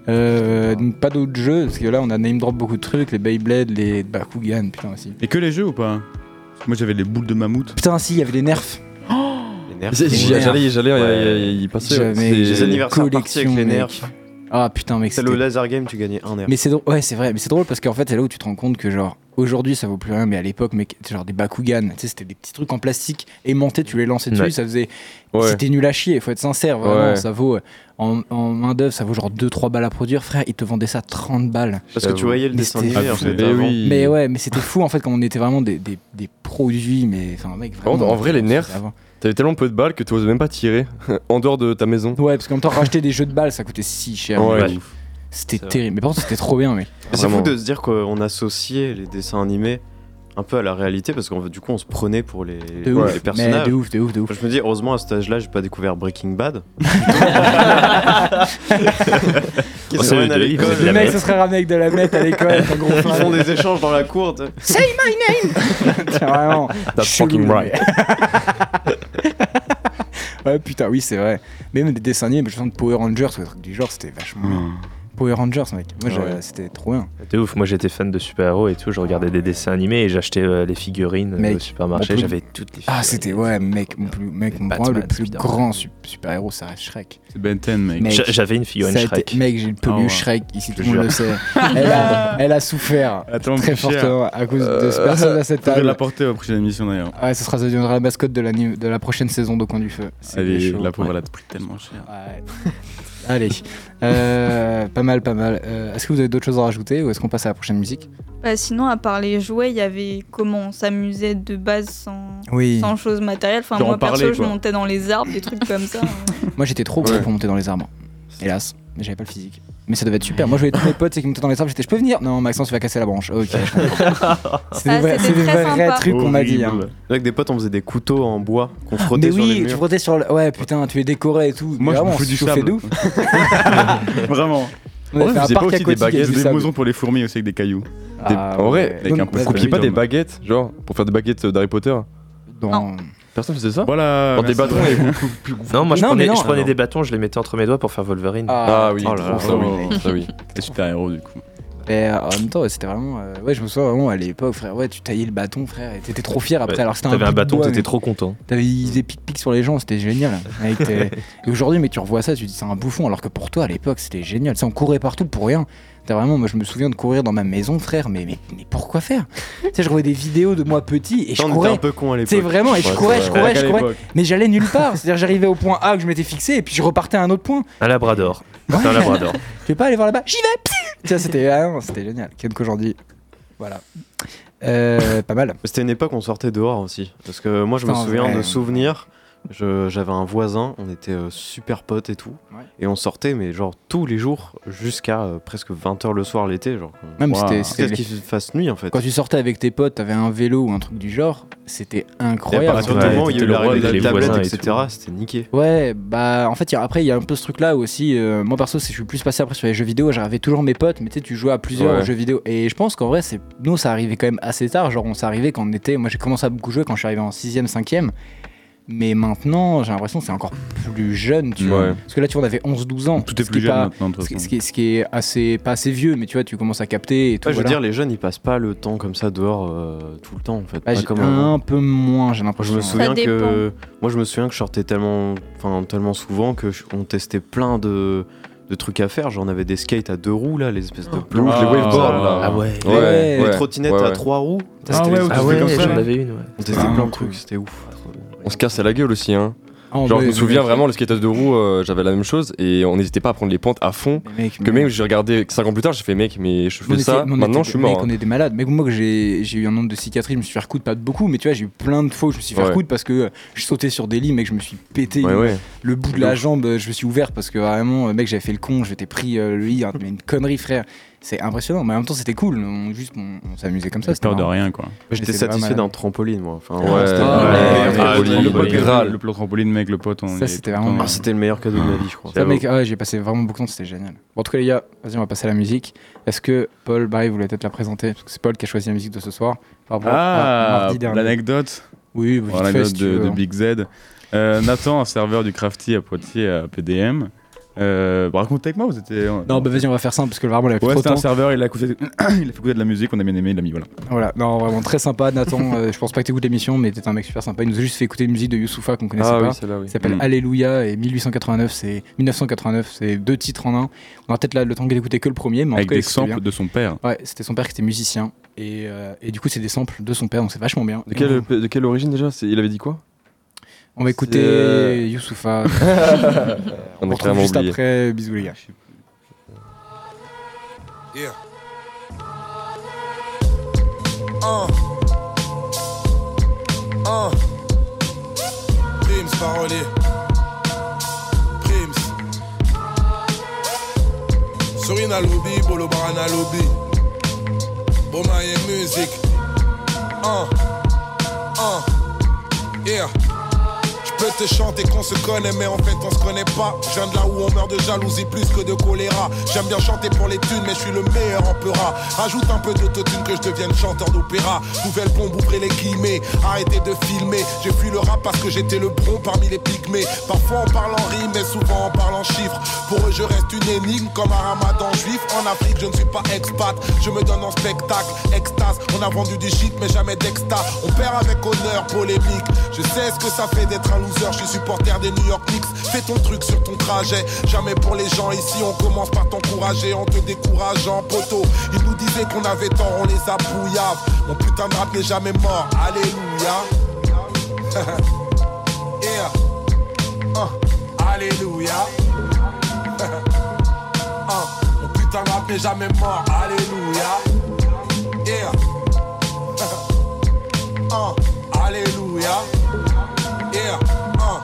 S1: Euh, donc pas d'autres jeux parce que là on a name drop beaucoup de trucs, les Beyblade, les Bakugan, putain aussi.
S3: Et que les jeux ou pas Moi j'avais les boules de mammouth.
S1: Putain si, il y avait les nerfs.
S5: Oh
S2: Les nerfs.
S5: J'y- j'y- J'allais j'allais euh, y passer. ouais.
S1: J'avais-
S5: C'est-
S1: j'avais-
S2: Les anniversaires partis avec les
S1: collection,
S2: nerfs.
S1: mec. Ah putain mec,
S2: C'est
S1: c'était
S2: le laser game, tu gagnais un nerf.
S1: Mais c'est drôle, ouais, c'est vrai, mais c'est drôle parce qu'en fait, c'est là où tu te rends compte que, genre, aujourd'hui, ça vaut plus rien, mais à l'époque, mec, c'est genre des Bakugan, tu sais, c'était des petits trucs en plastique aimantés, tu les lançais dessus,
S5: Ouais.
S1: ça faisait.
S5: Ouais.
S1: C'était nul à chier, faut être sincère, vraiment,
S5: Ouais.
S1: ça vaut. euh, En, en main d'œuvre, ça vaut genre 2-3 balles à produire, frère, ils te vendaient ça 30 balles.
S2: Parce que tu voyais le
S1: Mais
S2: dessin
S1: c'était-
S2: animé en
S5: Ah,
S2: fait.
S5: mais
S2: avant.
S5: oui.
S1: Mais ouais, mais c'était fou en fait quand on était vraiment des, des, des produits, mais enfin, mec,
S5: Par
S1: vraiment.
S5: contre, en vrai, les nerfs,
S1: c'était avant.
S5: t'avais tellement peu de balles que tu osais même pas tirer en dehors de ta maison.
S1: Ouais, parce qu'en même temps, racheter des jeux de balles, ça coûtait si cher.
S5: Ouais.
S1: mec. C'était
S2: C'est vrai.
S1: terrible, mais par contre, c'était trop bien, mec.
S2: Mais C'est fou
S5: Vraiment.
S2: de se dire qu'on associait les dessins animés un peu à la réalité parce qu'en fait, du coup, on se prenait pour les,
S1: De
S2: pour
S1: ouf,
S2: les
S1: mais
S2: personnages.
S1: de ouf, de ouf, de ouf.
S2: Je me dis, heureusement, à cet âge-là, j'ai pas découvert Breaking Bad. Qui
S8: Oh,
S2: se
S8: c'est
S2: ramènent
S8: le
S2: à
S8: deux,
S2: l'école.
S8: ils faisaient de
S1: Le
S8: la
S1: mec
S8: merde.
S1: se serait ramené avec de la mette à l'école, avec un gros
S2: Ils
S1: flingue.
S2: font des échanges dans la cour. tu sais.
S12: Say my name!
S1: Tiens, vraiment.
S5: That's
S1: chelou,
S5: fucking
S1: le
S5: right.
S1: mec. ouais, putain, oui, c'est vrai. Mais même des dessins animés, mais je sens de Power Rangers ou des trucs du genre, c'était vachement
S3: Mm.
S1: bien. Power Rangers, mec. Moi, j'avais-
S8: Ouais.
S1: c'était trop bien.
S8: C'était ouf, moi j'étais fan de super-héros et tout, je regardais des dessins animés et j'achetais euh, les figurines euh,
S1: Mec,
S8: au
S1: on
S8: supermarché,
S1: peut-
S8: j'avais toutes les
S1: Ah,
S8: figurines.
S1: c'était, ouais, mec, mon plus, mec, mon
S8: Batman,
S1: point, le plus
S8: Spider-Man.
S1: grand su- super-héros, ça reste Shrek.
S3: C'est Ben 10, mec.
S1: Mec,
S8: J'a- J'avais une
S1: ça a
S8: figurine
S1: été-
S8: Shrek.
S1: mec, j'ai une peluche
S3: Ah ouais.
S1: Shrek, ici,
S8: te
S1: tout le monde le sait. Elle a, elle a souffert
S3: Attends,
S1: très
S3: plus cher.
S1: fortement à cause de ce
S3: Euh,
S1: personnage à cette
S3: Faudrait
S1: table. Ah,
S3: la porter à la prochaine émission d'ailleurs.
S1: Ouais, ça sera ça deviendra la mascotte de, l'anime- de la prochaine saison de Coin du Feu. C'est
S3: Elle est
S1: chaud.
S3: la pauvre, elle a pris tellement cher.
S1: Ouais. Allez, Euh, pas mal, pas mal. Euh, est-ce que vous avez d'autres choses à rajouter ou est-ce qu'on passe à la prochaine musique
S4: Bah, sinon, à part les jouets, il y avait comment on s'amusait de base sans,
S1: Oui.
S4: sans choses matérielles. Enfin,
S3: Genre en
S4: moi, perso,
S3: parler,
S4: je
S3: quoi.
S4: montais dans les arbres, des trucs comme ça. hein.
S1: Moi j'étais trop gros
S5: Ouais.
S1: pour monter dans les arbres. Hélas, mais j'avais pas le physique. Mais ça devait être super. Moi, je voyais tous mes potes, c'est qui me mettaient dans les arbres. J'étais, je peux venir Non, Maxence, tu vas casser la branche. Ok. je comprends. c'est des
S4: Ah,
S1: vrais,
S4: c'était
S1: c'est des
S4: très
S1: vrais
S4: sympa.
S1: trucs qu'on m'a dit. hein.
S2: Horrible. Avec des potes, on faisait des couteaux en bois qu'on frottait
S1: mais
S2: sur
S1: oui,
S2: les
S1: tu
S2: murs.
S1: frottais sur le. Ouais, putain, tu les décorais et tout.
S2: Moi, je
S1: Vraiment,
S2: me fous
S1: on
S2: du
S1: se chauffait
S2: sable.
S1: de ouf.
S3: Vraiment.
S1: On a fait un
S3: faisait pas
S1: parc
S3: aussi des
S1: aquatique avec
S3: baguettes,
S1: du
S3: des
S1: sable.
S3: maisons pour les fourmis aussi avec des cailloux.
S5: Des-
S1: Ah
S5: en
S1: ouais.
S5: vrai,
S1: Donc,
S5: on
S1: vas-y.
S5: copiait pas des baguettes, genre, pour faire des baguettes euh, d'Harry Potter
S1: Dans- Non.
S5: Personne faisait ça
S3: Voilà.
S5: Dans des
S8: merci.
S5: bâtons et
S8: Non, moi je
S5: Non, mais
S8: prenais,
S5: non.
S8: je prenais
S5: Ah, non.
S8: des bâtons, je les mettais entre mes doigts pour faire Wolverine.
S1: Ah, Ah oui,
S8: Oh là là,
S1: trop fort,
S8: oui.
S1: mec.
S5: Ah oui.
S3: T'es super héros du coup.
S1: Mais euh, en même temps, ouais, c'était vraiment. euh, ouais, je me souviens vraiment à l'époque, frère. Ouais, tu taillais le bâton, frère, et t'étais trop fier après.
S8: Ouais,
S1: alors c'était un
S8: t'avais un
S1: pic de
S8: bâton,
S1: bois,
S8: t'étais
S1: mais
S8: trop content.
S1: T'avais ils des pic-pic sur les gens, c'était génial. Avec tes- et aujourd'hui, mais tu revois ça, tu dis c'est un bouffon, alors que pour toi à l'époque, c'était génial. Ça, on courait partout pour rien. T'as vraiment, moi, je me souviens de courir dans ma maison, frère, mais, mais, mais pourquoi faire Tu sais, je regardais des vidéos de moi petit et je
S2: On était
S1: courais.
S2: un peu cons à l'époque.
S1: C'est vraiment, et je
S2: Ouais,
S1: courais,
S2: c'est
S1: je
S2: vrai.
S1: courais,
S2: Rien
S1: je
S2: qu'à
S1: courais.
S2: l'époque.
S1: Mais j'allais nulle part. C'est-à-dire, j'arrivais au point A que je m'étais fixé, et puis je repartais à un autre point.
S8: Un labrador. C'est Un
S1: Ouais.
S8: labrador.
S1: Tu veux pas aller voir là-bas J'y vais pfiou Tiens, c'était ah non, c'était génial. Ken qu'aujourd'hui. Voilà. Euh, pas mal.
S2: C'était une époque où on sortait dehors aussi. Parce que moi, je me
S1: Putain,
S2: souviens
S1: ouais.
S2: de souvenirs. Je- J'avais un voisin, on était euh, super potes et tout. Et on sortait, mais genre tous les jours jusqu'à euh, presque 20h le soir l'été. Genre,
S1: Même
S2: Ouah,
S1: c'était- c'était-
S2: Qu'est-ce qu'il fasse nuit en
S3: Bah,
S2: fait
S1: Quand tu sortais avec tes potes, t'avais un vélo ou un truc du genre, c'était
S2: Et à
S1: incroyable.
S2: partir du moment où il y a eu l'arrivée de la tablette, etc., c'était niqué.
S1: Ouais, bah en fait, il y a- après, il y a un peu ce truc-là aussi. euh, moi perso, c'est- je suis plus passé après sur les jeux vidéo. J'avais toujours mes potes, mais tu sais, tu jouais à plusieurs
S5: Ouais.
S1: aux jeux vidéo. Et je pense qu'en vrai, c'est nous, ça arrivait quand même assez tard. Genre, on s'est arrivé quand on était. Moi, j'ai commencé à beaucoup jouer quand je suis arrivé en 6ème, 5ème. Mais maintenant, j'ai l'impression que c'est encore plus jeune, tu vois.
S5: Ouais.
S1: Parce que là, tu vois, on avait 11-12 ans.
S3: Tout est
S1: ce
S3: plus
S1: qui
S3: jeune
S1: pas-
S3: maintenant, de toute
S1: ce qui-
S3: façon.
S1: ce qui est- ce qui est assez, pas assez Ah, vieux, mais tu vois, tu commences à capter et tout.
S2: Ouais, je veux
S1: voilà.
S2: dire, les jeunes, ils passent pas le temps comme ça dehors euh, tout le temps en fait.
S1: Bah,
S2: pas
S1: j'ai
S2: comme avant.
S1: un peu moins, j'ai
S2: Moi,
S1: l'impression.
S2: je me
S1: ouais.
S2: souviens que moi je me souviens que je sortais tellement enfin tellement souvent que je- on testait plein de de trucs à faire, genre on avait des skates à deux roues là, les espèces de planches,
S5: les waveboards, là.
S2: Ah ouais. Les,
S5: Ouais,
S2: les
S5: ouais,
S2: trottinettes
S5: ouais,
S2: à
S5: ouais.
S2: trois roues.
S5: Ah
S2: C'était-
S5: ouais, ou
S2: ah
S5: tu
S2: ouais,
S5: fais comme ça,
S2: j'en
S5: là.
S2: avais une. ouais. On testait
S5: Ah,
S2: plein
S5: cool.
S2: de trucs, c'était ouf.
S5: On se cassait la gueule aussi, hein.
S1: Ah,
S5: Genre,
S1: mais-
S5: je me souviens
S1: mais-
S5: vraiment, le skate à deux roues, euh, j'avais la même chose et on n'hésitait pas à prendre les pentes à fond.
S1: Mais mec,
S5: que même, j'ai regardé 5 ans plus tard, j'ai fait, mec, mais je
S1: On
S5: fais
S1: était-
S5: ça,
S1: mais on
S5: maintenant
S1: était-
S5: je suis
S1: mec,
S5: mort. hein.
S1: on est des malades. Mais moi, que j'ai j'ai eu un nombre de cicatrices, je me suis fait recoudre, pas de beaucoup, mais tu vois, j'ai eu plein de fois où je me suis fait
S5: Ouais.
S1: recoudre parce que euh, je sautais sur des lits, mec, je me suis pété
S5: Ouais,
S1: une-
S5: ouais.
S1: le bout de
S5: De
S1: la
S5: ouf.
S1: jambe, euh, je me suis ouvert parce que vraiment, euh, mec, j'avais fait le con, j'étais pris euh, le lit, hein, mais une connerie, frère. C'est impressionnant, mais en même temps, c'était cool. On, juste, on, on s'amusait comme ça. c'était
S3: peur de
S1: marrant.
S3: rien, quoi.
S1: Mais
S2: J'étais
S1: c'était pas
S2: satisfait
S1: mal.
S2: d'un trampoline moi. Enfin,
S1: Ah,
S2: ouais,
S1: c'était-
S2: c'était-
S1: Ah, ouais,
S2: ouais, ouais,
S1: ouais,
S2: ouais,
S1: le
S2: ouais,
S1: pote
S2: ouais.
S1: Graal.
S3: Le plan trampoline, mec, le pote, on
S1: Ça,
S3: y est
S1: c'était
S3: tout le
S1: vraiment
S3: temps.
S1: bien.
S2: Ah, c'était le meilleur cadeau de ma vie, je crois.
S1: Ça, mec, ah ouais, j'ai passé vraiment beaucoup de temps, c'était génial. Bon, en tout cas, les gars, vas-y, on va passer à la musique. Est-ce que Paul, Barry, vous voulez peut-être la présenter Parce que c'est Paul qui a choisi la musique de ce soir. Par rapport à
S3: Ah,
S1: mardi dernier.
S3: l'anecdote.
S1: Oui, bah,
S3: Bon,
S1: vite fait, si
S3: l'anecdote
S1: tu
S3: de,
S1: veux,
S3: de
S1: hein.
S3: Big Z. Euh, Nathan, un serveur du Crafty à Poitiers, à PDM. Euh, bah, racontez avec moi, vous étiez.
S1: Non, bah vas-y, on va faire simple parce que vraiment, on avait
S3: Ouais,
S1: trop de
S3: c'était un
S1: temps.
S3: serveur, il a, écouté, il a fait écouter de la musique, on a bien aimé, il l'a mis, voilà.
S1: Voilà, non, vraiment très sympa, Nathan. Euh, je pense pas que t'écoutes l'émission, mais t'es un mec super sympa. Il nous a juste fait écouter une musique de Youssoufa qu'on connaissait
S5: Ah oui,
S1: pas.
S5: celle-là, oui.
S1: Ça s'appelle
S5: Mm.
S1: Alléluia et 1889, c'est 1989, c'est deux titres en un. On a peut-être là le temps d'écouter que le premier, mais en
S3: Avec
S1: tout cas,
S3: des
S1: écoutez bien.
S3: samples de son père.
S1: Ouais, c'était son père qui était musicien. Et, euh, et du coup, c'est des samples de son père, donc c'est vachement bien.
S5: De
S1: Et
S5: quelle, de quelle origine déjà C'est- Il avait dit quoi
S1: On va écouter
S5: C'est- euh, On
S1: Youssoufa. On
S5: a
S1: se Euh. retrouve
S5: clairement
S1: juste
S5: oublié.
S1: après. Bisous les gars.
S13: Un. Un. Prims, parolier. Prims. Surina lobby, Bolo Barana lobby. Bomaye musique. Un. Un. Yeah. Je peux te chanter qu'on se connaît, mais en fait on se connaît pas. Je viens de là où on meurt de jalousie plus que de choléra. J'aime bien chanter pour les thunes, mais je suis le meilleur en peura. Rajoute un peu d'autotune que je devienne chanteur d'opéra. Nouvelle bombe, ouvrez les guillemets, arrêtez de filmer. J'ai fui le rap parce que j'étais le bon parmi les pygmées. Parfois on parle en rime, mais souvent on parle en chiffres. Pour eux, je reste une énigme comme un ramadan juif. En Afrique, je ne suis pas expat, je me donne en spectacle. Extase, on a vendu du shit, mais jamais d'extase. On perd avec honneur, polémique. Je sais ce que ça fait d'être un loser, je suis supporter des New York Knicks. Fais ton truc sur ton trajet, jamais pour les gens ici. On commence par t'encourager en te décourageant, poteau. Ils nous disaient qu'on avait tort, on les a brouillard. Mon putain de rap n'est jamais mort, alléluia. yeah. Uh, Alléluia. Uh, mon putain de rap n'est jamais mort. Alléluia. Yeah. Uh, Alléluia. Yeah. Uh, mon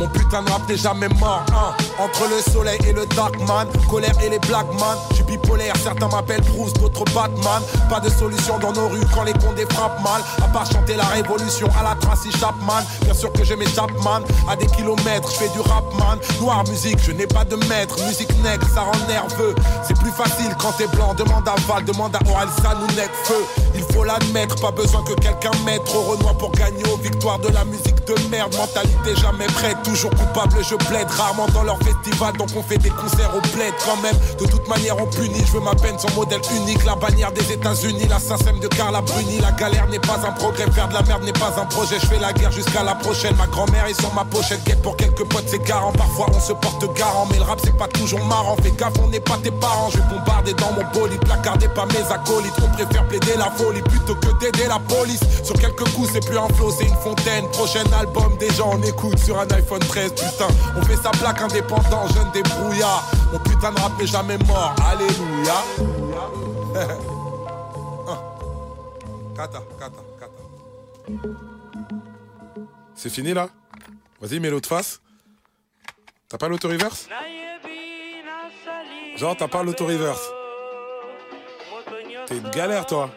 S13: Mon putain de rap n'est jamais mort hein. Entre le soleil et le dark man Colère et les black man Je suis bipolaire, certains m'appellent Bruce, d'autres Batman Pas de solution dans nos rues quand les condés frappent mal À part chanter la révolution à la Tracy Chapman Bien sûr que je m'échappe man À des kilomètres, je fais du rap man Noir musique, je n'ai pas de maître Musique nègre, ça rend nerveux C'est plus facile quand t'es blanc Demande à Val, demande à Oral, ça nous net feu Il faut l'admettre, pas besoin que quelqu'un mette Trop renoir pour gagner aux victoires de la musique de merde Mentalité jamais prête, toujours coupable, je plaide Rarement dans leur festival, donc on fait des concerts au plaid quand même De toute manière on punit, je veux ma peine sans modèle unique La bannière des états unis la SACEM de Carla Bruni La galère n'est pas un progrès, faire de la merde n'est pas un projet Je fais la guerre jusqu'à la prochaine, ma grand-mère est sur ma pochette Quête pour quelques potes c'est garant, parfois on se porte garant Mais le rap c'est pas toujours marrant, fais gaffe on n'est pas tes parents Je vais bombarder dans mon bolide, placardé pas mes acolytes On préfère plaider la folie plutôt que d'aider la police Sur quelques coups c'est plus un flow, c'est une fontaine Prochain album déjà on écoute sur un iPhone 13 Putain, on fait sa plaque indépendant, jeune débrouillard Mon putain de rap n'est jamais mort, alléluia Hein. Kata, kata, kata.
S14: C'est fini là Vas-y, mets l'autre face. T'as pas l'auto-reverse Genre, t'as pas l'auto-reverse. T'es une galère, toi.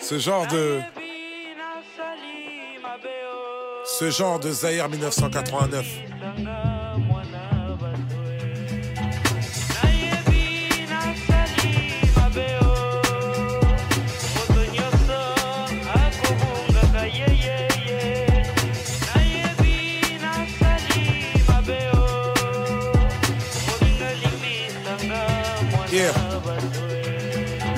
S14: Ce genre de. Ce genre de Zaire 1989.
S13: Yeah.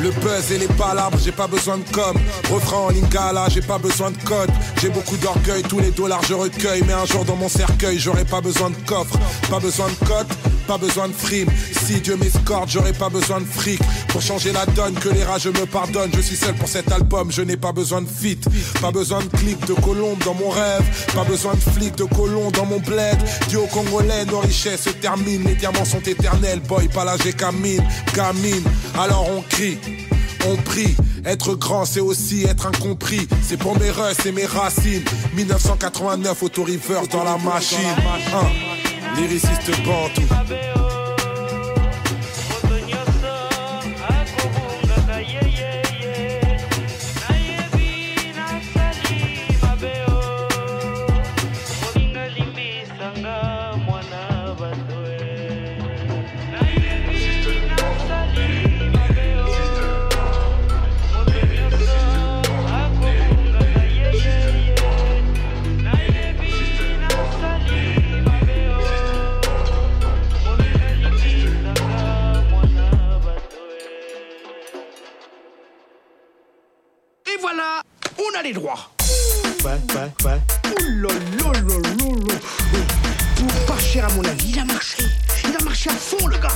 S14: Le buzz et les palabres, j'ai pas besoin de com. Refrain en lingala, j'ai pas besoin de code. J'ai beaucoup d'orgueil, tous les dollars je recueille. Mais un jour dans mon cercueil, j'aurai pas besoin de coffre, pas besoin de cote. Pas besoin de frime, si Dieu m'escorte, j'aurai pas besoin de fric. Pour changer la donne, que les rageux me pardonnent. Je suis seul pour cet album, je n'ai pas besoin de fit. Pas besoin de clics de colombe dans mon rêve. Pas besoin de flics de colons dans mon bled. Dieu aux Congolais, nos richesses se terminent. Les diamants sont éternels, boy, pas la gécamine, gamine. Alors on crie, on prie. Être grand, c'est aussi être incompris. C'est pour mes russes et mes racines. 1989, auto-river dans la machine. Hein. Lyriciste bantou.
S11: Et voilà, on a les droits.
S15: Ouais, ouais, ouais.
S11: Pour pas cher à mon avis, il a marché. Il a marché à fond le gars.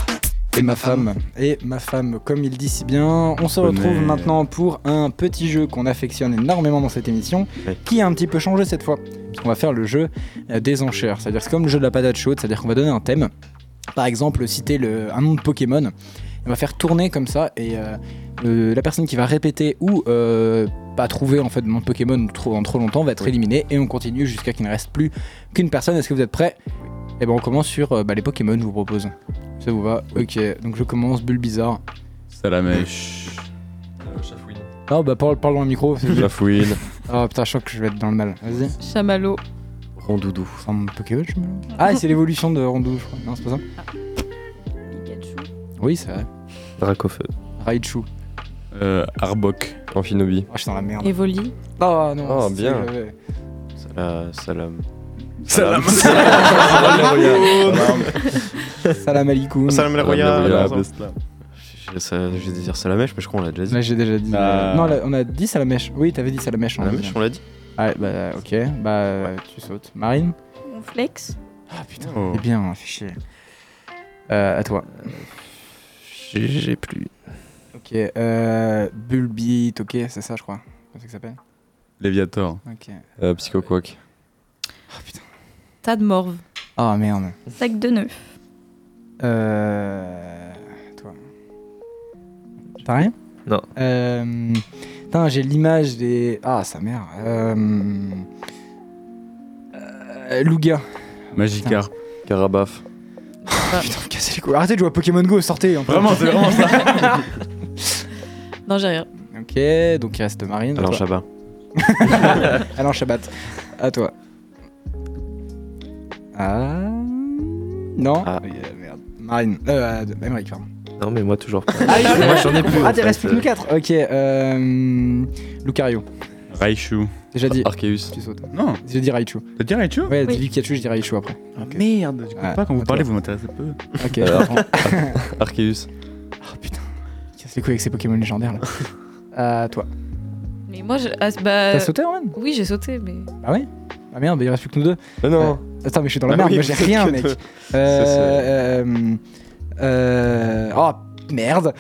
S1: Et ma femme. Et ma femme, comme il dit si bien, on se retrouve
S2: Connais.
S1: maintenant pour un petit jeu qu'on affectionne énormément dans cette émission, Euh, qui a un petit peu changé cette fois. On va faire le jeu euh, des enchères. C'est-à-dire c'est comme le jeu de la patate chaude, c'est-à-dire qu'on va donner un thème. Par exemple, citer le, un nom de Pokémon. On va faire tourner comme ça et euh, le- la personne qui va répéter ou euh, pas trouver en fait le nom de Pokémon trop, en trop longtemps va être
S2: Oui.
S1: éliminée et on continue jusqu'à qu'il ne reste plus qu'une personne. Est-ce que vous êtes prêts Et ben on commence sur euh, bah, les Pokémon, je vous propose. Ça vous va Ok, donc je commence, bulle bizarre.
S3: Salamèche.
S1: Non, bah parle, parle dans le micro. c'est bien.
S5: Chafouine.
S1: Ah putain, je sens que je vais être dans le mal. Vas-y.
S7: Chamallow.
S1: Rondoudou. C'est un Pokémon, je me- Ah, et c'est l'évolution de Rondoudou, je crois. Non, c'est pas ça Oui, c'est vrai.
S5: Dracofeu.
S1: Raichu.
S5: Euh, Arbok. Amphinobi.
S1: Ah, je suis dans la merde.
S7: Evoli.
S1: Ah non.
S5: Oh,
S1: c'est-
S5: bien.
S1: ouais.
S2: Salam. Salam.
S1: Salam. Salam alaikum.
S2: Salam
S1: Salam
S2: al
S1: al-Roya,
S2: royal.
S1: Beslam.
S2: J'ai dit dire salamèche, mais je crois qu'on l'a déjà dit.
S1: Là, j'ai déjà dit. euh, Non, là, on a dit Salamèche. Oui, t'avais dit Salamèche.
S2: Salamèche, on Bah. l'a dit.
S1: Ah, bah, ok. Bah, tu sautes. Marine
S4: On flex.
S1: Ah putain.
S2: Oh.
S1: Eh bien, fais chier. Euh, à toi.
S2: J'ai plus.
S1: Ok, euh, Bulbit, ok, c'est ça, je crois. C'est ça que ça s'appelle
S3: Léviator.
S1: Ok.
S5: Euh, Psychoquack.
S7: Tas de morve.
S1: Ah merde.
S4: Sac de neuf.
S1: Euh. Toi. T'as rien
S8: Non.
S1: Euh. Putain, j'ai l'image des. Ah, sa mère. Euh. Euh, Luga.
S3: Magikarp.
S5: Carabaf.
S1: Ah, Putain, vous me cassez les couilles. Arrêtez de jouer à Pokémon Go, sortez. en fait.
S3: Vraiment, c'est vraiment ça.
S7: Non, j'ai rien.
S1: ok, donc il reste Marine. à
S2: Alain
S1: toi.
S2: Chabat.
S1: Alain Chabat. À toi. Ah. Non
S8: Ah.
S1: Oui, euh, merde. Marine. Euh, euh, Aymeric, pardon.
S8: Non, mais moi toujours pas.
S1: Ah, oui,
S8: moi j'en ai plus.
S1: Ah,
S8: en
S1: t'es
S8: fait.
S1: resté plus que 4. Ok, euh. Lucario.
S3: Raichu.
S1: Déjà dit.
S5: Arceus.
S1: Tu sautes.
S3: Non.
S1: J'ai dit Raichu.
S3: T'as dit Raichu Ah,
S1: Ouais,
S4: Oui.
S1: dit Pikachu, j'ai dit Raichu après.
S3: Merde,
S1: Ouais,
S3: je comprends pas quand
S1: à
S3: vous parlez,
S1: toi.
S3: vous m'intéressez peu.
S1: Ok,
S5: Euh,
S1: je comprends.
S5: Arceus.
S1: Ah, Casse les couilles avec ces Pokémon légendaires là. À toi.
S7: Mais moi, je. ah, bah...
S1: T'as sauté, Roman
S7: Oui, j'ai sauté, mais.
S1: Ah ouais Ah merde, bah, il reste plus que nous deux.
S5: Mais non.
S1: Euh, attends, mais je suis dans la
S5: Ah
S1: merde,
S5: oui,
S1: moi j'ai
S5: vous êtes
S1: rien,
S5: que
S1: mec.
S5: deux.
S1: Euh,
S5: Ça, c'est-
S1: euh, euh, Oh merde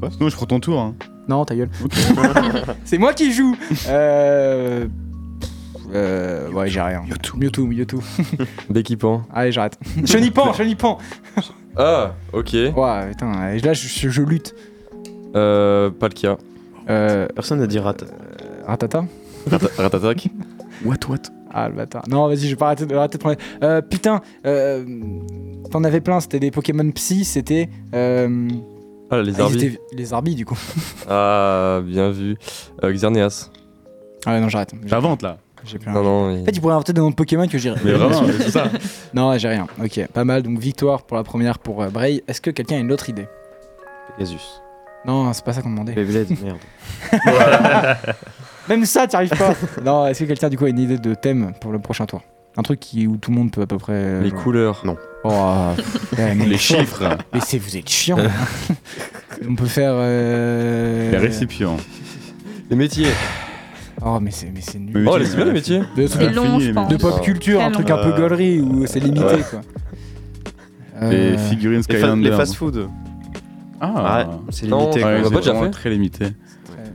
S3: Quoi Sinon, je prends ton tour. Hein.
S1: Non, ta gueule. C'est moi qui joue Euh. euh, ouais, j'ai rien. Mewtwo. Mewtwo, Mewtwo.
S5: Déquipant.
S1: Allez, j'arrête. Chenipan, Chenipan
S5: Ah, ok.
S1: Ouais, putain, euh, là je, je- je lutte.
S5: Euh, Palkia.
S1: Euh,
S8: Personne n'a dit rat.
S1: Ratata
S5: Rat- Ratatak.
S3: What, what
S1: Ah le bâtard. Non, vas-y, je vais pas arrêter de, arrêter de prendre. Euh, putain, euh, t'en avais plein, c'était des Pokémon Psy, c'était. euh,
S5: Ah,
S1: ah,
S5: les
S1: ils
S5: Arby.
S1: étaient- les Arby, du coup.
S5: Ah, bien vu. Euh, Xerneas.
S1: Ah ouais, non, j'arrête. J'ai-
S3: J'invente là.
S1: J'ai plus rien.
S5: Non, non.
S1: En
S5: il-
S1: fait, tu pourrais inventer des noms de Pokémon que j'irais.
S3: Mais vraiment, c'est ça.
S1: Non, ouais, j'ai rien. Ok, pas mal. Donc, victoire pour la première pour euh, Bray. Est-ce que quelqu'un a une autre idée
S2: Pegasus.
S1: Non, c'est pas ça qu'on demandait.
S2: Beyblade, merde.
S1: Même ça, t'y arrives pas. non, est-ce que quelqu'un, du coup, a une idée de thème pour le prochain tour Un truc qui, où tout le monde peut à peu près. euh,
S5: Les
S1: genre-
S5: couleurs.
S2: Non.
S1: Oh, putain, mais-
S3: Les chiffres.
S1: Mais c'est vous êtes chiant. On peut faire. euh,
S3: Les récipients.
S5: Les métiers.
S1: Oh mais c'est mais c'est nul.
S5: Oh, les- c'est bien les métiers.
S1: De,
S4: C'est long, je pense.
S1: de pop culture, un
S4: Très
S1: truc
S4: long.
S1: un peu gaulerie où c'est limité
S5: ouais.
S1: quoi.
S3: Les
S1: Euh,
S3: figurines
S2: Les, fa-
S3: Skylanders.
S2: les fast-food.
S3: Ah,
S2: Ah, c'est
S5: Non,
S2: limité.
S5: ouais,
S2: quoi.
S5: on
S3: ouais,
S5: l'a
S3: c'est
S5: pas déjà
S3: vraiment
S5: fait
S3: très limité.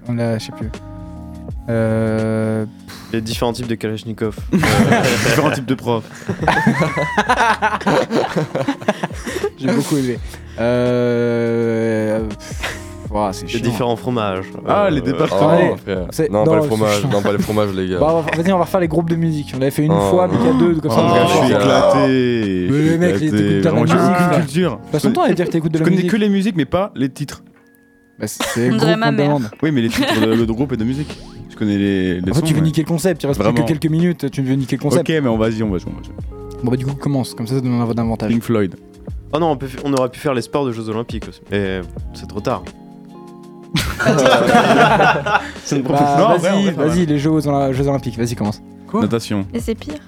S1: On l'a, je sais plus. Euh,
S2: Les différents types de Kalachnikov. Euh,
S3: Différents types de profs.
S1: J'ai beaucoup aimé. Euh, pff, ouah, c'est
S2: Les
S1: chiant.
S2: différents fromages.
S3: Ah,
S2: Euh,
S3: les départs.
S5: Oh,
S1: Allez,
S5: frère.
S1: c'est-
S5: Non,
S1: non,
S5: pas les
S1: c'est
S5: fromages.
S1: chiant.
S5: Non, pas les fromages, les
S1: Bah,
S5: gars.
S1: on va- vas-y, on va refaire les groupes de musique. On l'avait fait une
S5: Oh,
S1: fois,
S5: non.
S1: mais il y a deux, comme ça.
S5: Oh,
S1: on
S5: Ah,
S3: je suis
S1: va-
S5: ah,
S3: éclaté.
S1: Mais les mecs,
S3: Éclaté.
S1: ils écoutent de la
S3: Vraiment,
S1: musique,
S3: j'ai aucune
S1: là.
S3: culture.
S1: Ah. Passe ton temps à dire que t'écoutes de
S3: Je
S1: la
S3: connais
S1: musique.
S3: que les musiques, mais pas les titres.
S1: Bah, c'est
S4: On
S1: le
S4: dirait
S1: groupe
S4: ma
S1: qu'on
S4: mère.
S1: demande.
S3: Oui, mais les titres de, de groupe et de musique. Je connais les, les
S1: En fait,
S3: sons,
S1: tu veux
S3: mais-
S1: niquer le concept. Il reste plus que
S3: Vraiment.
S1: quelques minutes. Tu veux niquer le concept.
S3: Ok, mais on vas-y, on va jouer. on va jouer.
S1: Bon, bah, du coup, commence. Comme ça, ça donne un vote d'avantage.
S3: Pink Floyd.
S2: Oh non, on, peut- on aurait pu faire les sports de Jeux Olympiques aussi. Mais c'est trop tard.
S1: C'est une
S3: Non, en vrai, on
S1: vas-y,
S3: va faire,
S1: vas-y, les Jeux, Ola- Jeux Olympiques. Vas-y, commence.
S3: Natation.
S4: Et c'est pire.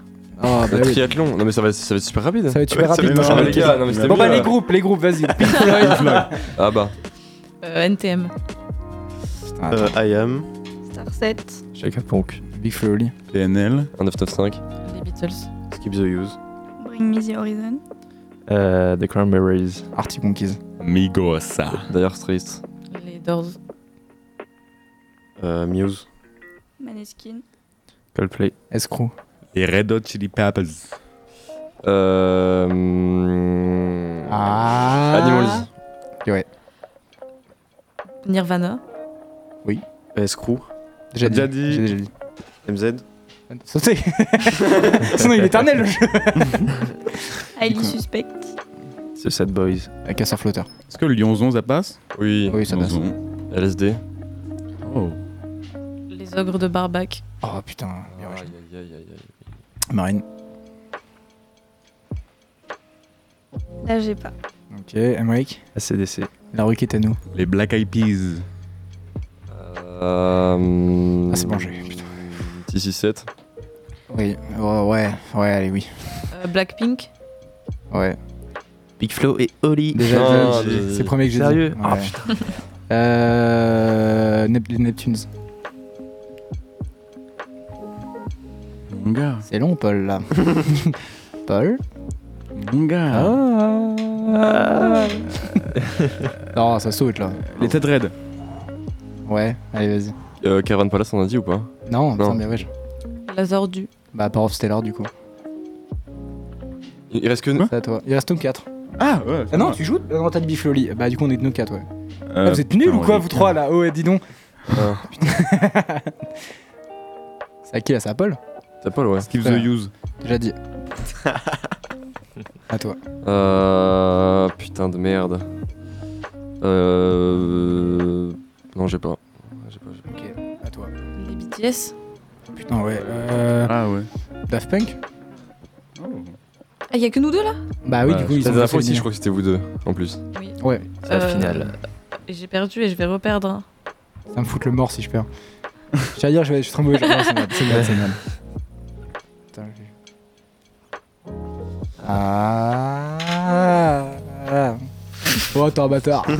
S1: Ah, bah
S5: Le
S1: oui.
S5: triathlon. Non, mais ça va, ça va être super rapide.
S1: Ça va être super
S2: Ouais, ça
S1: rapide.
S2: va être
S1: non,
S5: Ah,
S2: rapide.
S5: les gars, non, mais c'était
S1: Bon, bah,
S5: bien.
S1: les groupes, les groupes, vas-y. Pink
S5: Pink
S1: Floyd.
S5: Floyd. Ah bah,
S7: Euh, NTM.
S1: Attends,
S2: Euh, I am.
S4: Star 7.
S5: Chaka Ponk.
S1: Ah. Big Flow Oli.
S3: PNL.
S5: Un 995.
S7: Les Beatles.
S2: Skip the use.
S4: Bring Me the Horizon.
S8: Euh, the Cranberries.
S1: Arctic Monkeys.
S3: Migos.
S5: D'ailleurs, Straits.
S7: Les Doors.
S2: Euh, Muse.
S4: Maneskin.
S8: Coldplay.
S1: Escrew.
S3: Les Red Hot Chili Peppers.
S5: Euh. hmm,
S1: Ah.
S5: Animals.
S7: Nirvana.
S2: Euh, Screw.
S1: Déjà dit.
S3: Déjà dit.
S1: J'ai déjà dit.
S2: MZ.
S1: Sautez. Sinon, il est éternel le jeu.
S4: Highly
S1: D'accord.
S4: Ah, Suspect.
S8: The Sad Boys.
S1: Euh, Casseur flotteur.
S3: Est-ce que le Lyonzon, ça passe
S5: Oui.
S1: Oui, ça passe.
S3: Lyonzon.
S5: LSD.
S3: Oh.
S7: Les Ogres de Barbac.
S1: Oh putain. bien
S5: Aïe, aïe,
S1: joué.
S5: aïe, aïe, aïe.
S1: Marine.
S4: Là, j'ai pas.
S1: Ok, Emmerich.
S8: ACDC.
S1: La rue qui est à nous.
S3: Les Black Eyed Peas.
S5: Euh.
S1: Ah, c'est bon, j'ai- putain.
S5: 667.
S1: Oui. Ouais, ouais, ouais, allez, oui.
S7: Euh, Blackpink.
S1: Ouais.
S8: Big Flo et Oli.
S1: Déjà,
S5: Non,
S1: déjà,
S5: j'ai-
S1: c'est le premier que j'ai dit.
S8: Sérieux Ah,
S1: Ouais. Euh. Nep- les Neptunes.
S3: Mon gars.
S1: C'est long, Paul, là. Paul Ah.
S3: Mon gars.
S8: Ah.
S1: Non, ça saute, là.
S3: Les Ted Red.
S1: Ouais, allez, vas-y.
S5: Euh, Caravan Palace, on a dit ou pas
S1: Non,
S5: Non.
S1: putain, mais ouais. je-
S7: Lazor du.
S1: Bah, Power of Stellar, du coup.
S5: Il il reste que.
S1: C'est à toi. Il reste nous 4.
S3: Ah ouais.
S1: Ah non, tu joues Ah Non, t'as de Bifloli. Bah, du coup, on est de nous 4, ouais. Ah,
S3: Euh,
S1: vous êtes nuls
S3: putain,
S1: ou quoi,
S3: on est-
S1: vous trois, là Oh, ouais, dis donc.
S5: Ah,
S1: C'est à qui, là C'est à Paul
S5: T'as pas, ouais.
S3: Skip the
S1: Frère.
S3: Use.
S1: Déjà dit. à toi.
S5: Euh, putain de merde. Euh... Non, j'ai pas. J'ai pas, j'ai pas.
S1: À toi.
S7: Les BTS
S1: Putain, ouais. Euh...
S3: Ah ouais.
S1: Daft Punk
S7: Ah, y a que nous deux là
S1: Bah oui, du coup,
S5: La
S1: ils ont
S5: dernière
S1: fait
S5: fois
S1: le
S5: aussi,
S1: lien.
S5: je crois que c'était vous deux, en plus.
S1: Ouais.
S7: C'est la Euh, finale. Et J'ai perdu et je vais reperdre. hein.
S1: Ça me fout le mort si je perds. Je à dire, je vais- je suis trop mauvais. Non, c'est mal, c'est mal, c'est mal. Putain, j'ai- Ah. Oh, t'es un bâtard. oh,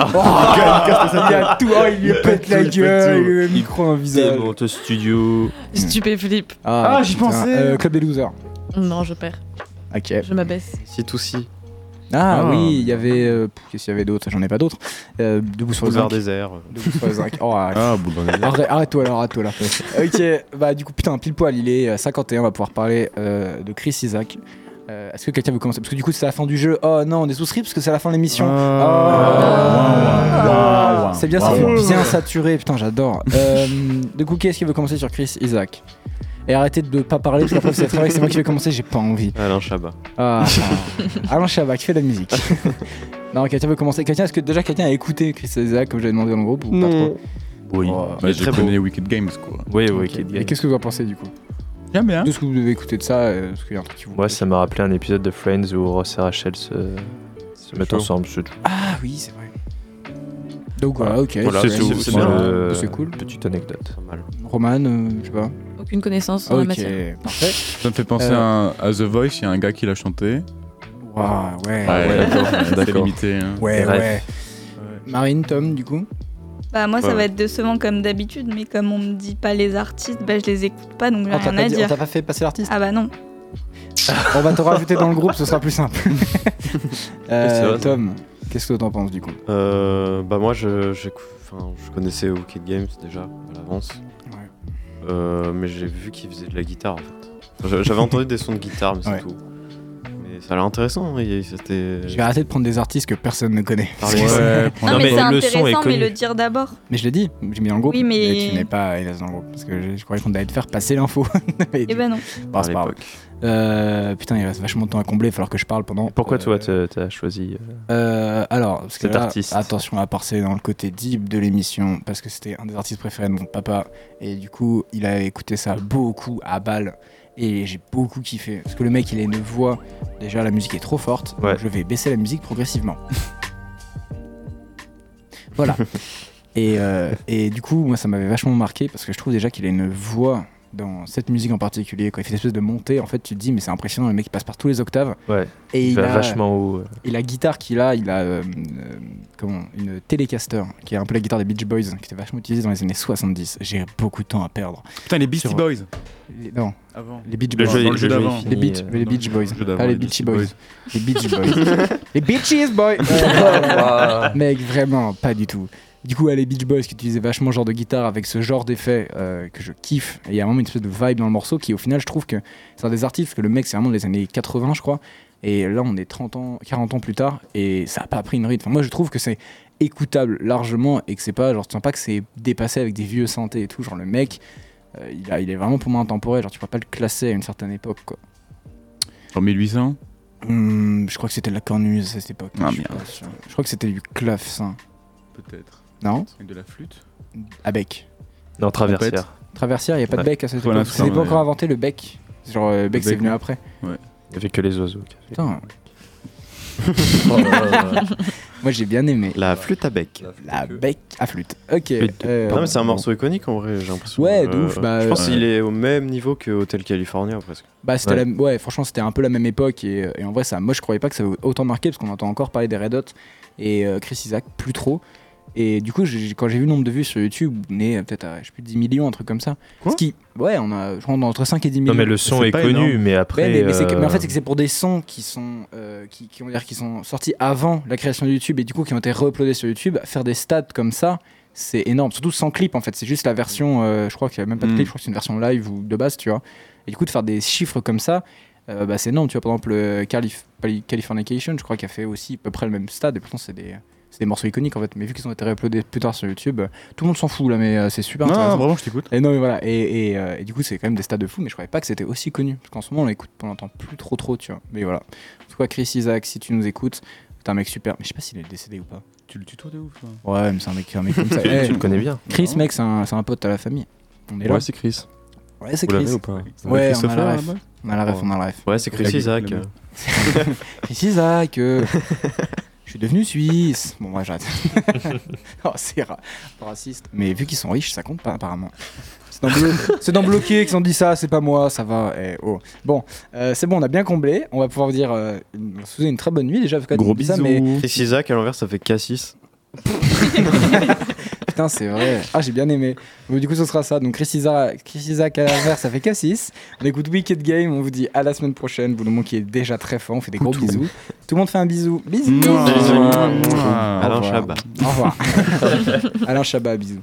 S1: il a tout, oh, il lui pète la gueule, il lui met le micro un visage.
S8: Démonte au studio.
S7: Stupéflip.
S8: Ah, j'y
S1: putain,
S8: pensais.
S1: euh, Club des losers.
S7: Non, je perds.
S1: Ok.
S7: Je m'abaisse.
S5: Si tout si.
S1: Ah,
S5: Ah.
S1: oui, il y avait. euh, pff, Qu'est-ce qu'il y avait d'autre J'en ai pas d'autres. Euh, debout sur le
S2: Boulevard
S1: zinc.
S2: désert.
S1: Debout sur le zinc. Oh, arrête.
S3: Ah, Boulevard désert.
S1: Arrête- Arrête-toi là, arrête-toi là. ok, bah du coup, putain, pile poil, il est euh, 51. On va pouvoir parler euh, de Chris Isaac. Euh, Est-ce que quelqu'un veut commencer Parce que du coup, c'est la fin du jeu. Oh non, on est souscrit parce que c'est la fin de l'émission. Oh. C'est bien, ça
S3: Ah, Waouh,
S1: fait
S3: waouh.
S1: bien saturé. Putain, j'adore. Euh, du coup, qui est-ce qui veut commencer sur Chris Isaac Et arrêtez de pas parler parce qu'après, c'est travail, c'est moi qui vais commencer, j'ai pas envie.
S2: Alain Chabat.
S1: Ah, Alain Chabat qui fait de la musique. non, quelqu'un veut commencer. Quelqu'un, est-ce que déjà quelqu'un a écouté Chris Isaac comme j'avais demandé dans le groupe ou pas trop Oh.
S3: Oui.
S1: Mm. il est
S3: bah, je
S1: très beau.
S3: connais Wicked Games quoi.
S8: Oui, oui,
S1: Ok. Et qu'est-ce que vous en pensez du coup
S3: Bien, bien.
S1: Tout ce que vous devez écouter de ça, euh, parce qu'il y a un truc qui vous.
S8: Moi, ça m'a rappelé un épisode de Friends où Ross et Rachel se, se mettent
S1: chaud.
S8: ensemble. Bah, C'est tout.
S1: Ah oui, c'est vrai. Donc voilà, ok.
S8: Voilà, c'est tout.
S1: C'est
S8: C'est
S1: bien.
S8: le-
S1: C'est cool.
S8: Petite anecdote.
S1: Roman, euh, je sais pas.
S7: Aucune connaissance en la matière.
S1: Ok, parfait.
S3: Ça me fait penser
S1: Euh,
S3: à, à The Voice, il y a un gars qui l'a chanté. Ah,
S1: Waouh, ouais.
S3: Ouais,
S1: ouais.
S3: d'accord, c'est
S1: D'accord.
S3: limité. hein.
S1: Ouais, ouais.
S3: Bref.
S1: Marine, Tom, du coup
S4: Bah moi ça
S1: Ouais.
S4: va être décevant comme d'habitude, mais comme on me dit pas les artistes, bah je les écoute pas donc j'ai
S1: Ah, t'as
S4: rien
S1: pas
S4: à
S1: dit-
S4: dire.
S1: on t'a pas fait passer l'artiste
S4: Ah bah non.
S1: On va te rajouter dans le groupe, ce sera plus simple. Euh,
S2: C'est vrai, ça.
S1: Tom, qu'est-ce que t'en penses du coup
S2: Euh, bah moi je, je, enfin, je connaissais Wicked Games déjà à l'avance. Euh, mais j'ai vu qu'il faisait de la guitare en fait. J'a- J'avais entendu des sons de guitare mais c'est
S1: Ouais.
S2: tout. Mais ça a l'air intéressant. hein, il- C'était.
S1: Je vais arrêter de prendre des artistes que personne ne connaît.
S2: Parler-
S1: Parce que
S2: Ouais,
S1: c'est-
S4: Non, mais, c'est intéressant mais le dire d'abord.
S1: Mais je l'ai dit, j'ai mis dans le groupe.
S4: Oui, mais-
S1: tu n'es pas hélas dans le groupe parce que je, je croyais qu'on allait te faire passer l'info. Et
S4: Eh ben non.
S1: c'est pas grave. Euh, putain, il reste vachement de temps à combler, il va falloir que je parle pendant.
S8: Pourquoi toi, t'as t'as choisi euh,
S1: Euh, alors, parce que
S8: Cet
S1: là,
S8: artiste.
S1: attention à passer dans le côté deep de l'émission, parce que c'était un des artistes préférés de mon papa, et du coup, il a écouté ça beaucoup à balle, et j'ai beaucoup kiffé, parce que le mec, il a une voix, déjà la musique est trop forte, donc je vais baisser la musique progressivement. voilà. Et, euh, et du coup, moi, ça m'avait vachement marqué, parce que je trouve déjà qu'il a une voix dans cette musique en particulier, quand il fait une espèce de montée, en fait, tu te dis, mais c'est impressionnant, le mec, il passe par tous les octaves,
S8: Ouais.
S1: et
S8: Il
S1: il
S8: va
S1: a-
S8: vachement haut. euh.
S1: et la guitare qu'il a, il a euh, euh, comment, une Telecaster, qui est un peu la guitare des Beach Boys, qui était vachement utilisée dans les années 70. J'ai beaucoup de temps à perdre.
S3: Putain, les Beastie
S1: Sur-
S3: Boys.
S1: Les- non.
S3: Avant.
S1: Les Beach
S3: Le
S1: Boys.
S3: jeu- Dans le le jeu jeu d'avant. est
S1: Les
S3: fini,
S1: Beach,
S3: euh,
S1: mais les
S3: dans
S1: Beach
S3: le
S1: Boys.
S3: jeu d'avant,
S1: Pas les
S3: les
S1: Beach
S3: Beastie
S1: Boys.
S3: Boys.
S1: Les Beach Boys. les Beaches Boys. Euh, Mec, vraiment, pas du tout. Du coup, ouais, les Beach Boys qui utilisaient vachement ce genre de guitare avec ce genre d'effet euh, que je kiffe. Et il y a vraiment une espèce de vibe dans le morceau qui, au final, je trouve que c'est un des artistes, parce que le mec, c'est vraiment des années 80, je crois. Et là, on est 30 ans, 40 ans plus tard, et ça a pas pris une rythme. Enfin, moi, je trouve que c'est écoutable largement et que c'est pas, genre, tu sens pas que c'est dépassé avec des vieux synthés et tout. Genre, le mec, euh, il, a- il est vraiment pour moi intemporel. Genre, tu peux pas le classer à une certaine époque, quoi.
S3: En 1800
S1: Hum, je crois que c'était de la cornemuse à cette époque.
S3: Ah,
S1: je, suis
S3: merde.
S1: pas sûr. Je crois que c'était du clavecin.
S3: Peut-être.
S1: Non
S3: Et de la flûte
S1: À bec.
S8: Non, traversière.
S3: Trompette.
S1: Traversière, il n'y a pas
S3: Ouais.
S1: de bec à cette
S3: Voilà,
S1: époque.
S3: c'est
S1: C'était
S3: ça,
S1: pas
S3: ouais.
S1: encore inventé le bec. Genre, euh, bec,
S3: Le
S1: c'est
S3: bec,
S1: venu
S3: non.
S1: après.
S3: Ouais.
S8: Il n'y avait que les oiseaux. qui avaient-
S1: Putain.
S8: Oh là là.
S1: Moi, j'ai bien aimé.
S2: La flûte à bec.
S1: La bec à flûte. Ok.
S2: Flûte.
S1: euh,
S2: non mais c'est un
S1: bon.
S2: morceau iconique en vrai. J'ai l'impression.
S1: Ouais, de ouf, bah,
S2: je pense
S1: euh,
S2: qu'il est au même niveau que Hotel California presque.
S1: Bah, c'était
S2: Ouais.
S1: la- ouais, franchement, c'était un peu la même époque. Et, et en vrai, ça, moi, je croyais pas que ça avait autant marqué parce qu'on entend encore parler des Red Hot et euh, Chris Isaac, plus trop. Et du coup, j'ai- quand j'ai vu le nombre de vues sur YouTube, on est euh, peut-être à je sais plus, 10 millions, un truc comme ça. Ce qui, ouais, on a, je crois, entre 5 et 10 millions.
S8: Non, mais le son
S1: C'est
S8: est
S1: pas
S8: connu,
S1: énorme.
S8: mais après,
S1: Ouais, mais, mais c'est que-
S8: euh,
S1: mais en fait, c'est que c'est pour des sons qui sont, euh, qui, qui, on va dire, qui sont sortis avant la création de YouTube et du coup qui ont été re-uploadés sur YouTube. Faire des stats comme ça, c'est énorme. Surtout sans clip, en fait. C'est juste la version, euh, je crois qu'il n'y a même pas de
S3: Mm.
S1: clip, je crois que c'est une version live ou de base, tu vois. Et du coup, de faire des chiffres comme ça, euh, bah, c'est énorme. Tu vois, par exemple, le Calif- Pali- Californication, je crois qu'il a fait aussi à peu près le même stade et pourtant, c'est des. C'est des morceaux iconiques en fait, mais vu qu'ils ont été réuploadés plus tard sur YouTube, euh, tout le monde s'en fout là, mais euh, c'est super
S3: Non, non,
S1: intéressant.
S3: vraiment, je t'écoute.
S1: Et non, mais voilà, et, et, euh, et du coup, c'est quand même des stades de fou, mais je croyais pas que c'était aussi connu, parce qu'en ce moment, on l'écoute, on l'entend plus trop trop, tu vois. Mais voilà. En tout cas, Chris Isaac, si tu nous écoutes, t'es un mec super, mais je sais pas s'il est décédé ou pas.
S3: Tu le tutoies de ouf. toi.
S1: Ouais, mais c'est un mec, un mec comme ça.
S3: Tu-
S1: Eh,
S3: tu le connais bien.
S1: Chris,
S3: Non.
S1: mec, c'est un, c'est un pote à la famille. On est là.
S16: Ouais, c'est Chris.
S1: Ouais, c'est
S16: Vous l'avez
S1: Chris.
S16: ou pas
S1: Ouais, on a
S16: Christopher,
S1: la
S16: là-bas
S1: ref. On a la ref, on a la ref.
S2: Ouais, c'est Chris
S1: La-
S2: Isaac.
S1: la- Chris Isaac. euh, Je suis devenu suisse. Bon, moi, j'arrête. oh, c'est ra- raciste. Mais vu qu'ils sont riches, ça compte pas, apparemment. C'est dans, Blo- c'est dans Bloqué qu'ils ont dit ça, c'est pas moi, ça va. eh, oh. Bon, euh, c'est bon, on a bien comblé. On va pouvoir vous dire euh, une- vous souhaiter une très bonne nuit déjà. parce que quand on dit ça, mais-
S2: Chris Isaac, à l'envers, ça fait Cassis.
S1: Putain, c'est vrai. Ah, j'ai bien aimé. Bon, du coup, ce sera ça. Donc, Chris Isaac, Chris Isaac à l'inverse, ça fait K6. On écoute Wicked Game. On vous dit à la semaine prochaine. Vous nous manquez déjà très fort. On fait des gros bisous. Tout le monde fait un bisou. Bisous.
S2: Mouah. Bisous. Mouah.
S1: Au
S2: Alain
S1: revoir.
S2: Chabat.
S1: Au revoir. Alain Chabat, bisous.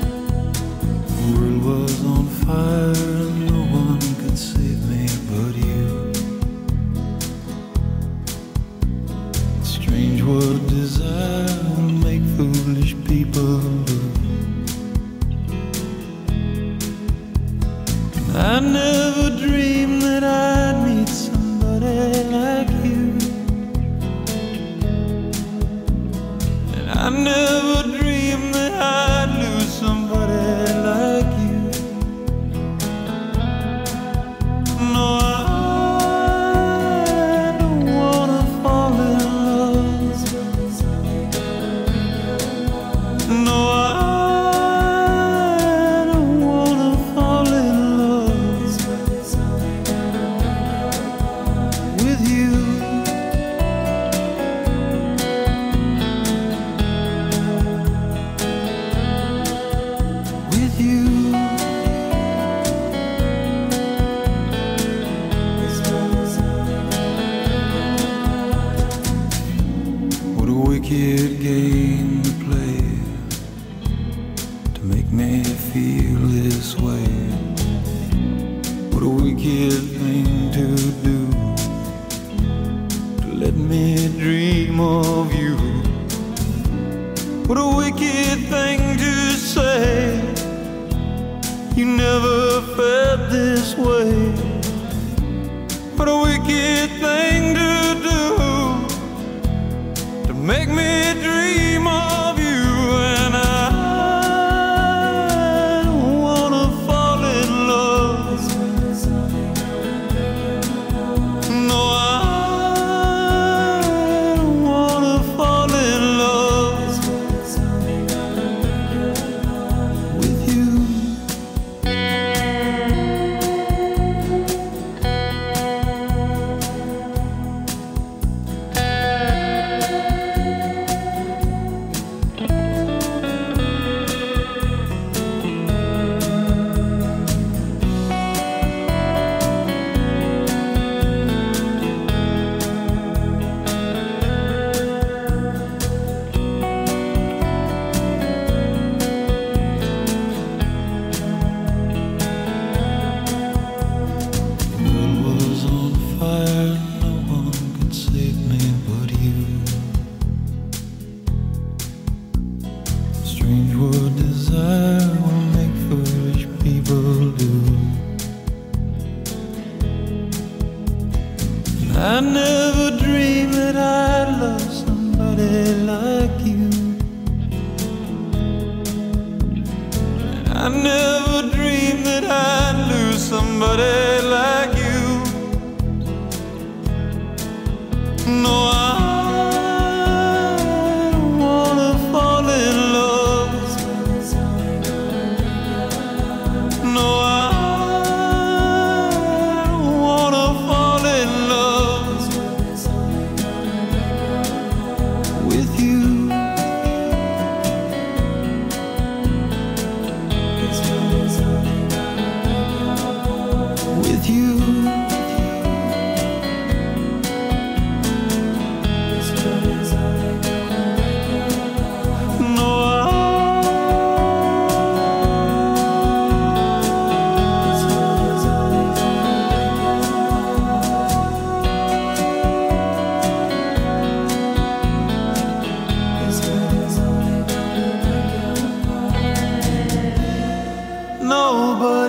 S12: The world was on fire and no one could save me but you. Strange what desire will make foolish people do. I never dreamed that I'd meet somebody like you. And I never dreamed that I'd lose somebody like you. No, I don't wanna fall in love. No, I don't wanna fall in love with you. with you. What a wicked game to play to make me feel this way. What a wicked thing to do to let me dream of you. What a wicked thing to say. You never felt this way. What a wicked thing to do to make me dream of you. And I don't wanna fall in love. No, I don't wanna fall in love with you. was on fire, no one could save me but you. Strange what desire will make foolish people do. And I never dreamed that I'd love somebody like you. And I never dreamed that I'd lose somebody like you. No, I don't wanna fall in love. No, I don't wanna fall in love nobody.